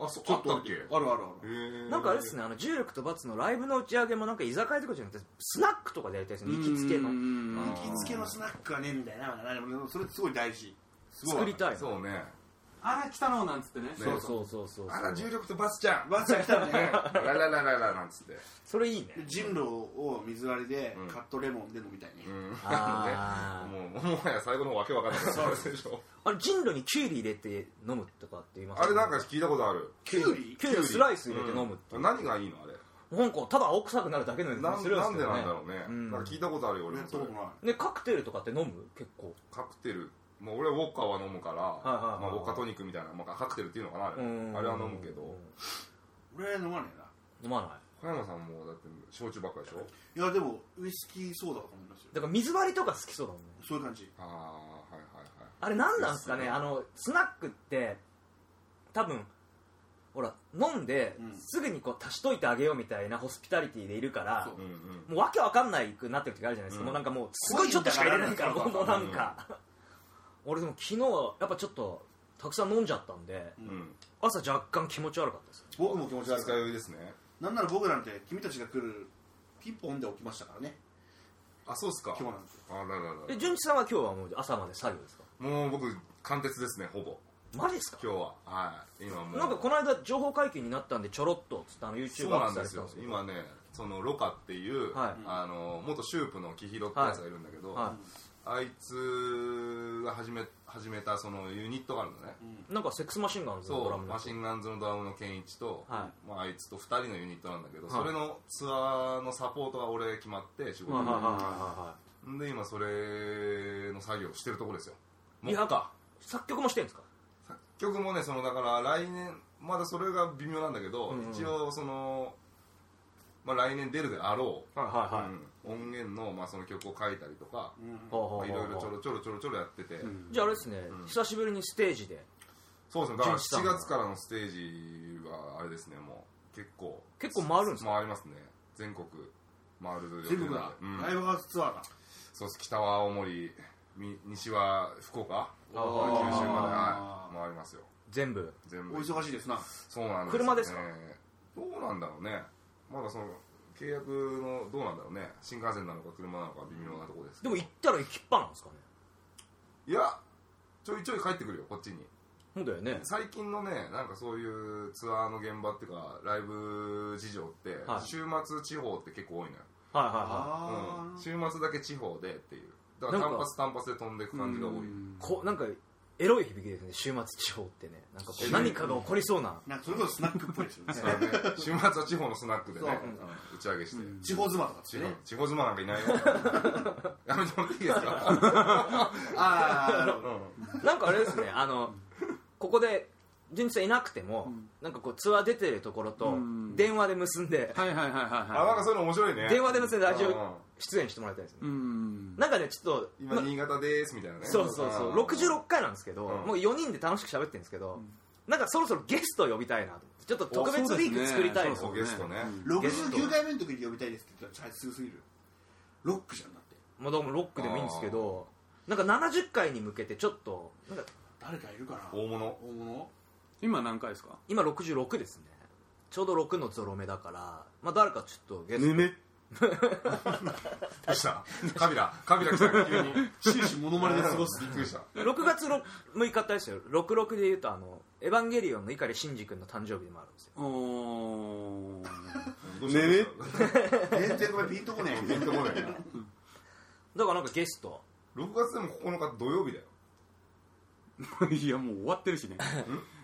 あそうちょあっったとっけあるあるあるなんかあれですすね、あの重力と罰のライブの打ち上げもなんか居酒屋とかじゃなくて、スナックとかでやりたいですね、行きつけのう。んあー行きつけのスナックはねえんだよなまだなでもそれすごい大事作りたいな。そうねあら来たのなんつってねそうそうそうそう。あら重力とバスちゃんまずは来たんだ <laughs> よラララララなんつってそれいい <laughs> ね。人狼を水割りでうんカットレモンで飲みたいね、うんあーもうもはや最後の方わけわかんないそうでしょあれ、人類にキュウリ入れて飲むとかって言いますあれなんか、聞いたことあるキュウリキュウリのスライス入れて飲むって。うん何がいいのあれなんか、ただ青臭くなるだけのようななんするんでなすんけでどなねんだ。ろうね、うんなんか聞いたことあるよ俺やもったそこれとないね、カクテルとかって飲む結構。カクテル、まあ、俺はウォッカは飲むから、はいはいまあ、ウォッカトニックみたいな、まあ、カクテルっていうのかなあれうんあれは飲むけど俺飲まね飲まない。小山さんもだって焼酎ばっかでしょえないやでもウイスキーソーダだと思いますよだから水割りとか好きそうだもんね。そういう感じああはいはいはいあれ何なんですかねですねあのスナックって多分ほら飲んで、うんすぐにこう足しといてあげようみたいなホスピタリティでいるからそううんうんもうわけわかんないくなってる時あるじゃないですか、うんもうなんかもうすごいちょっとしか入れないから濃いんだからもうなんか、俺でも昨日はやっぱちょっとたくさん飲んじゃったんでううんん朝若干気持ち悪かったです僕も気持ち悪二日い酔いですねなんなら僕なんて君たちが来るピンポンで起きましたからねあそうっすか今日なんてあらららえ純一さんは今日はもう朝まで作業ですかもう僕貫徹ですねほぼマジですか今日ははい今もうなんかこの間情報解禁になったんでちょろっとつってあの YouTube そうアなップされんでてたすんよですけど今ねそのロカっていう、はいあの元シュープのキヒロってやつがいるんだけど、はあいつが始め始めたそのユニットがあるのね、い、なんかセックスマシンガンズのドそラうムのマシンガンズのドラムのケンイチと、はまあ、あいつと2人のユニットなんだけど、はいそれのツアーのサポートが俺決まって仕はい事で,、はいはいはいはいで今それの作業してるところですよいや作曲もしてるんですか作曲もねそのだから来年まだそれが微妙なんだけど、うんうん一応その、まあ、来年出るであろう、はいはいはいうん音源の,、まあその曲を書いたりとか、うんほうほうほまうあいろいろちょろちょろちょろちょろやってて、うんじゃああれですね、うん久しぶりにステージでそうですねだか純ら一さん7月からのステージはあれですねもう結構結構回るんですか回りますね全国回る予定全国だ、うんライブハウスツアーだそうです北は青森み西は福あ岡九州まーで、はい、回りますよ全部全お部忙しいですなそうなんです、ね、車ですかどうなんだろうねまだその契約のどうなんだろうね新幹線なのか車なのか微妙なとこですでも行ったら行きっぱなんですかねいやちょいちょい帰ってくるよこっちにそうだよね最近のねなんかそういうツアーの現場っていうかライブ事情って、はい週末地方って結構多いのよはいはあうんー週末だけ地方でっていうだから単発単発で飛んでいく感じが多いいはいこうなんかエロい響きですね週末地方ってねなんかこう何かが起こりそうななんかそれこそスナックっぽいですよねそうだね週末は地方のスナックでそねううん打ち上げして、うん地方妻とかっ地て方ね地方妻なんかいないよやめてもらっていいですか、ああなるほうどんなんかあれですねあのここで純一さんいなくても、うんなんかこうツアー出てるところとうん電話で結んで、はいはいはいはいあなんはかそういうの面白いね電話で結んでラジうんオ出演してもらいたいですね、いうんなんかねちょっと今新潟ですみたいなねそうそうそう66回なんですけど、うんもう4人で楽しく喋ってるんですけど、なんかそろそろゲスト呼びたいなと思ってちょっと特別ウィーク作りたいあでそすうゲストね69回目の時に呼びたいですって言ったらすぐすぎるロックじゃんだってもうどうもロックでもいいんですけどなんか70回に向けてちょっとなんか誰かいるかな大物大物今何回ですか今66ですねちょうど6のゾロ目だから、まあ、誰かちょっとゲスト、めどうしたカビラカビラ来たから急に終始モノマネで過ごすびっくりした6月6日ってあれですよ66で言うとあの「エヴァンゲリオン」の碇シンジ君の誕生日でもあるんですよおーね <laughs> め全然ごめんピンとこねえとこないなだからなんかゲスト6月でも9日土曜日だよ <laughs> いやもう終わってるし <laughs> ね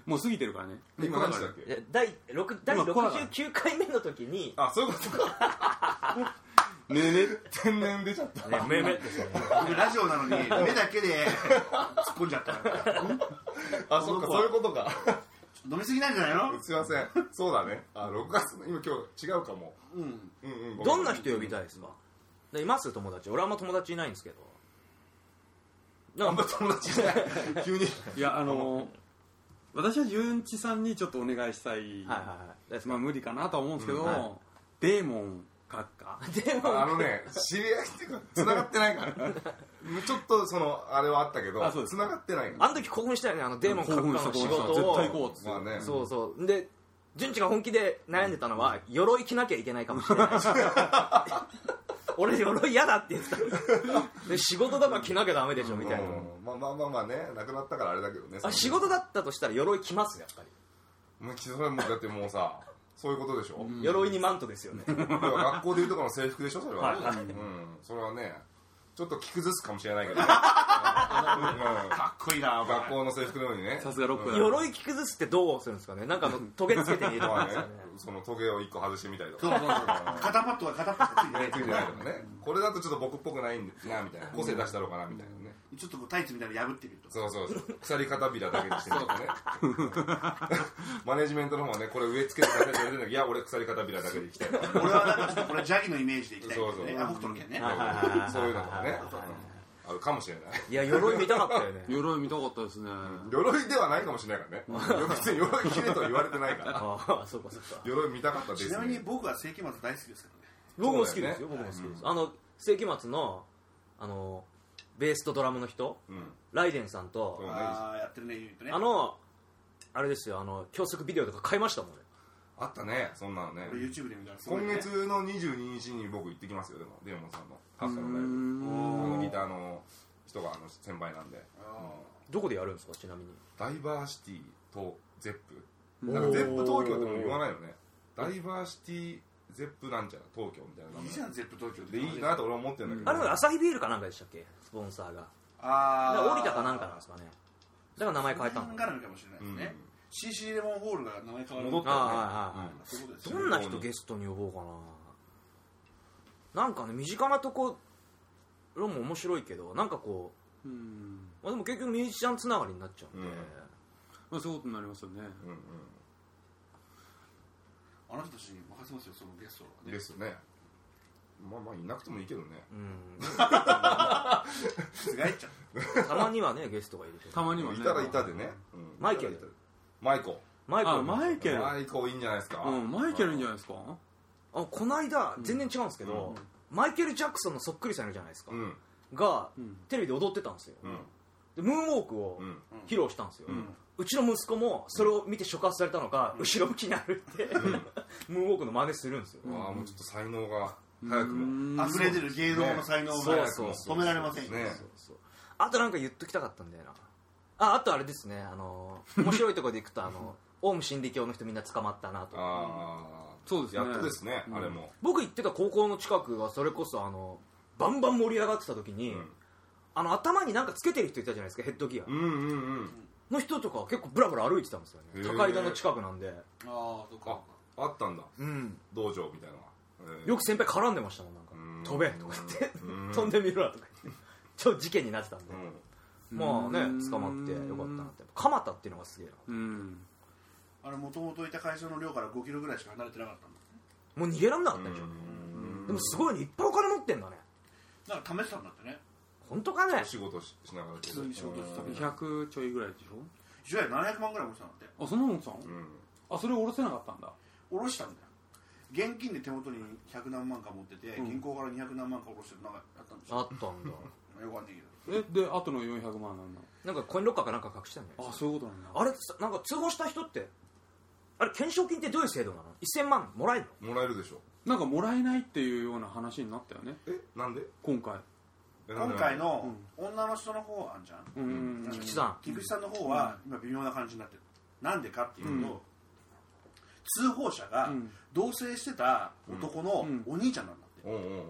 もう過ぎてるからね今何時だっいけや第六第今来なかった69回目の時にあそういうことかねめ天然出ちゃっ「たねめめ」ってそう僕ラジオなの <laughs> に目だけで突っ込んじゃったあそっかこの子そはういうことか飲みすぎなんじゃないのすいませんそうだねあ6月の今今日違うかもうんうんうんごめどんな人呼びたいですかでいます友達俺あんま友達いないんですけどあなんんまか友達いない急にいやあの私は純一さんにちょっとお願いしたい、はいはいはいですまあ無理かなとは思うんですけど、うんはデーモン閣下でもあのね知り合いっていうか繋がってないからちょっとそのあれはあったけどあそうです繋がってないからあの時興奮したよねあのデーモン閣下の仕興奮した興事奮したを絶対行こうっつって、まあねそうそうで純一が本気で悩んでたのは鎧着なきゃいけないかもしれない <laughs> 俺鎧嫌だって言ってたで仕事だから着なきゃダメでしょみたいなうんまあまあまあまあねなくなったからあれだけどねあ仕事だったとしたら鎧着ますやっぱりもうそれはもうだってもうさそういうことでしょ、いや鎧にマントですよ <laughs> ね学校でいうとこの制服でしょそれはは、いはいうん、それはねちょっと着崩すかもしれないけど、ねうんかっこいいなお前学校の制服のようにねさすがロックだ鎧着崩すってどうするんですかねなんかあのトゲつけて入れうんるまあんねですかねそのトゲを一個外してみたりとそうかそうそう肩パッドが肩パッドついてないつ <laughs> いてないとかねこれだとちょっと僕っぽくないんなみたいな個性出したろうかなみたいなねちょっとこうタイツみたいなの破ってみるとそうそうそう鎖片びらだけにしてみるとねマネジメントの方はねこれ植え付けてくださいって言われてるんだけどいや俺鎖片びらだけでいきたい俺はなんかちょっとこれジャギのイメージでいきたいんだよそうねそうあ北斗の剣ねはいはいはいはいそういうのとかねあるかもしれないいや鎧見たかった <laughs> よね鎧見たかったですね、鎧ではないかもしれないからね別に鎧着れとは言われてな <laughs> いからああそうかそうか鎧見たかったですちねなみに僕は世紀末大好きですけ僕も好きですよ、そう僕もだよね好きです、あの世紀末のあのベースとドラムの人うんライデンさんと、うんどねああやってるねユニットねあのあれですよあの教則ビデオとか買いましたもんねあったねそんなのね俺 YouTube で見たらすごい今ね月の22日に僕行ってきますよでもデーモンさんのうハッサーのんライブギターの人があの先輩なんであどこでやるんですかちなみにダイバーシティとゼップなんかゼップ東京ってもう言わないよねダイバーシティゼップなんちゃら東京みたいーいいじなゃん Z 東京でいいなと俺は思ってるんだあけれどはアサヒビールかなんかでしたっけスポンサーがだあかあら降りたかなんかなんですかねだから名前変えたのからかもしれないですね、CC レモンホールが名前変わる戻ったよねああはいはいはいうんそういうことですどんな人ゲストに呼ぼうかななんかね身近なところも面白いけどなんかこうんう、まあ、でも結局ミュージシャンつながりになっちゃうんで、うんまあそういうことになりますよねうんうんあなたたちに任せますよそのゲストはねですよねまあまあいなくてもいいけどねうんすがいっちゃうたまにはねゲストがいるけどたまにはねいたらいたでねうんマイケルいたらいたでマイコマイクあマイケルマイコいいんじゃないですかうんマイケルいいんじゃないですかあこの間全然違うんですけど、マイケル・ジャクソンのそっくりさんいるじゃないですか、うんが、うんテレビで踊ってたんですよ、でうんムーンウォークをうん披露したんですよ、うちの息子もそれを見て触発されたのか、後ろ向きに歩いて、ムーンウォークの真似するんですよ、ああもうちょっと才能が早くもうん溢れてる芸能の才能をそう早くそうもそ止められませんよ、ねそうそうあとなんか言っときたかったんだよなああとあれですねあのー面白いところでいくとあのオウム真理教の人みんな捕まったなとああそうですねやっとですねうんあれも僕行ってた高校の近くはそれこそあのバンバン盛り上がってた時に、うんあの頭になんかつけてる人いたじゃないですかヘッドギアうんうんうんの人とか結構ブラブラ歩いてたんですよへねー高井田の近くなんで、ああそうああったんだうん、道場みたいなのがえーよく先輩絡んでましたもんなんかうん飛べとか言ってうん飛んでみろとか言ってちょっと事件になってたんで、うんまあねうん捕まってよかったなって蒲田っていうのがすげえなうんあれもともといた会社の寮から5キロぐらいしか離れてなかったんだもう逃げられなかったでしょ、うんでもすごいねいっぱいお金持ってんだねだから試したんだってね本当かねお仕事ししながら普通に仕事してたうん100ちょいぐらいでしょ一夜700万ぐらい下ろしたんだってあそんなもんさんうんあそれ下ろせなかったんだ下ろしたんだよ現金で手元に100何万か持ってて、ん銀行から200何万か下ろしてるのがあったんでしょあった <laughs> んだよくわかんないけどえであとの400万なんだなんかコインロッカーかなんか隠してんだよあそういうことなんだあれさなんか通報した人ってあれ懸賞金ってどういう制度なの1000万もらえるのもらえるでしょなんかもらえないっていうような話になったよねえなんで今回えなん今で回の女の人の方あんじゃん、うん菊池さん菊池さんの方は今微妙な感じになってるなんでかっていうと、うん通報者がうん同棲してた男のうんお兄ちゃんなんだって、うんうんうんうん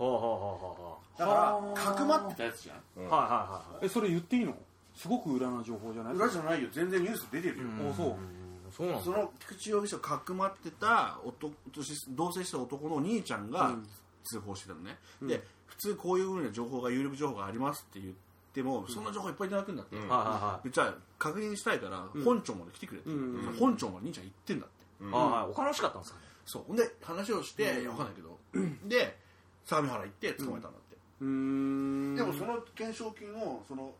ほうほだかはあらかくまってたやつじゃんうほうほうはいはいはいはいえそれ言っていいのすごく裏な情報じゃない裏じゃないよ全然ニュース出てるよ、あそううんそうなんそだの菊池容疑者をかくまってた男同棲した男のお兄ちゃんうがん通報してたのね、で普通こういうふうな情報が有力情報がありますって言ってもそんな情報いっぱいいただくんだって、うんはいはじゃあ確認したいからん本庁まで来てくれって、うんその本庁まで兄ちゃん行ってんだっていはいはいお金欲しかったんですかねそうほんで話をして、わかんないけど、で相模原行って捕まえたんだって、うーんでもその懸賞金をその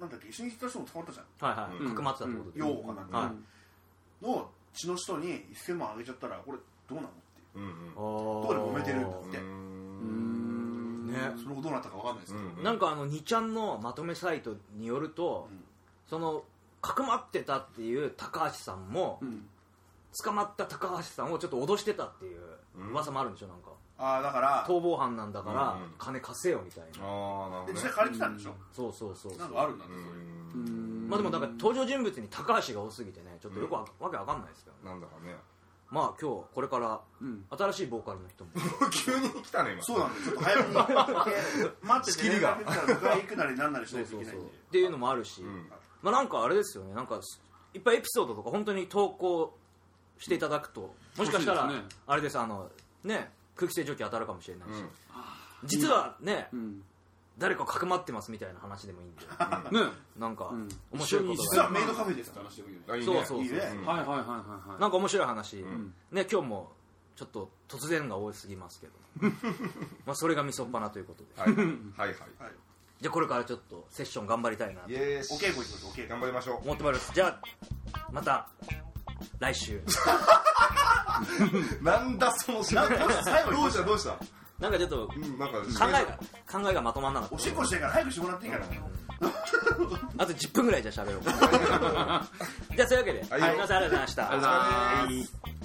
なんだっけ一緒に行った人も捕まったじゃんはいはい、うんかくまってたってことで、ようかなんか、はいの血の人に1000万あげちゃったらこれどうなのっていううんうどんどこで揉めてるんだっうて、うんねその後どうなったかわかんないですけど、うんなんかあの2ちゃんのまとめサイトによると、うんそのかくまってたっていう高橋さんも、うん捕まった高橋さんをちょっと脅してたっていう噂もあるんでしょなんかああだから逃亡犯なんだからうん金稼せよみたいな、ああなるほどでね実際借りてたんでしょ、そうそうそうそうなんかあるんだってうそれ、んまあでもだから登場人物に高橋が多すぎてねちょっとよくわ,、けわかんないですけどねなんだかね <laughs> まあ今日これからうん新しいボーカルの人も急に来たね今そうなんですちょっと早めに待ってて仕切りが連絡来たら迎え行くなりなんなりしそなういとそいうけなそいうんっでていうのもあるし、んまあなんかあれですよねなんかいっぱいエピソードとか本当に投稿していただくともしかしたら欲しいですねあれですあのね空気清浄機当たるかもしれないし、うん実はね、うん誰かかくまってますみたいな話でもいいんでねなんかうん面白いこと実がはメイドカフェですって話でもいいよねあいいそうねそうそういいねうんはいはいはいはいはいなんか面白い話、んね今日もちょっと突然が多すぎますけどまあそれがみそっぱなということでは <laughs> いはいはいはいじゃあこれからちょっとセッション頑張りたいなとイエおーイ稽古行きましょうお稽古頑張りましょ思ってまいりますじゃあまた来週うなんだその仕事最後にどうしたどうした <laughs> なんかちょっとうんなんか考考えが考えがまとまんなかっおしっこしてから早くしてもらっていいから、たあと10分ぐらいじゃ喋ろう <laughs> じゃあそういうわけで、い皆さんありがとうございましたありがとうございます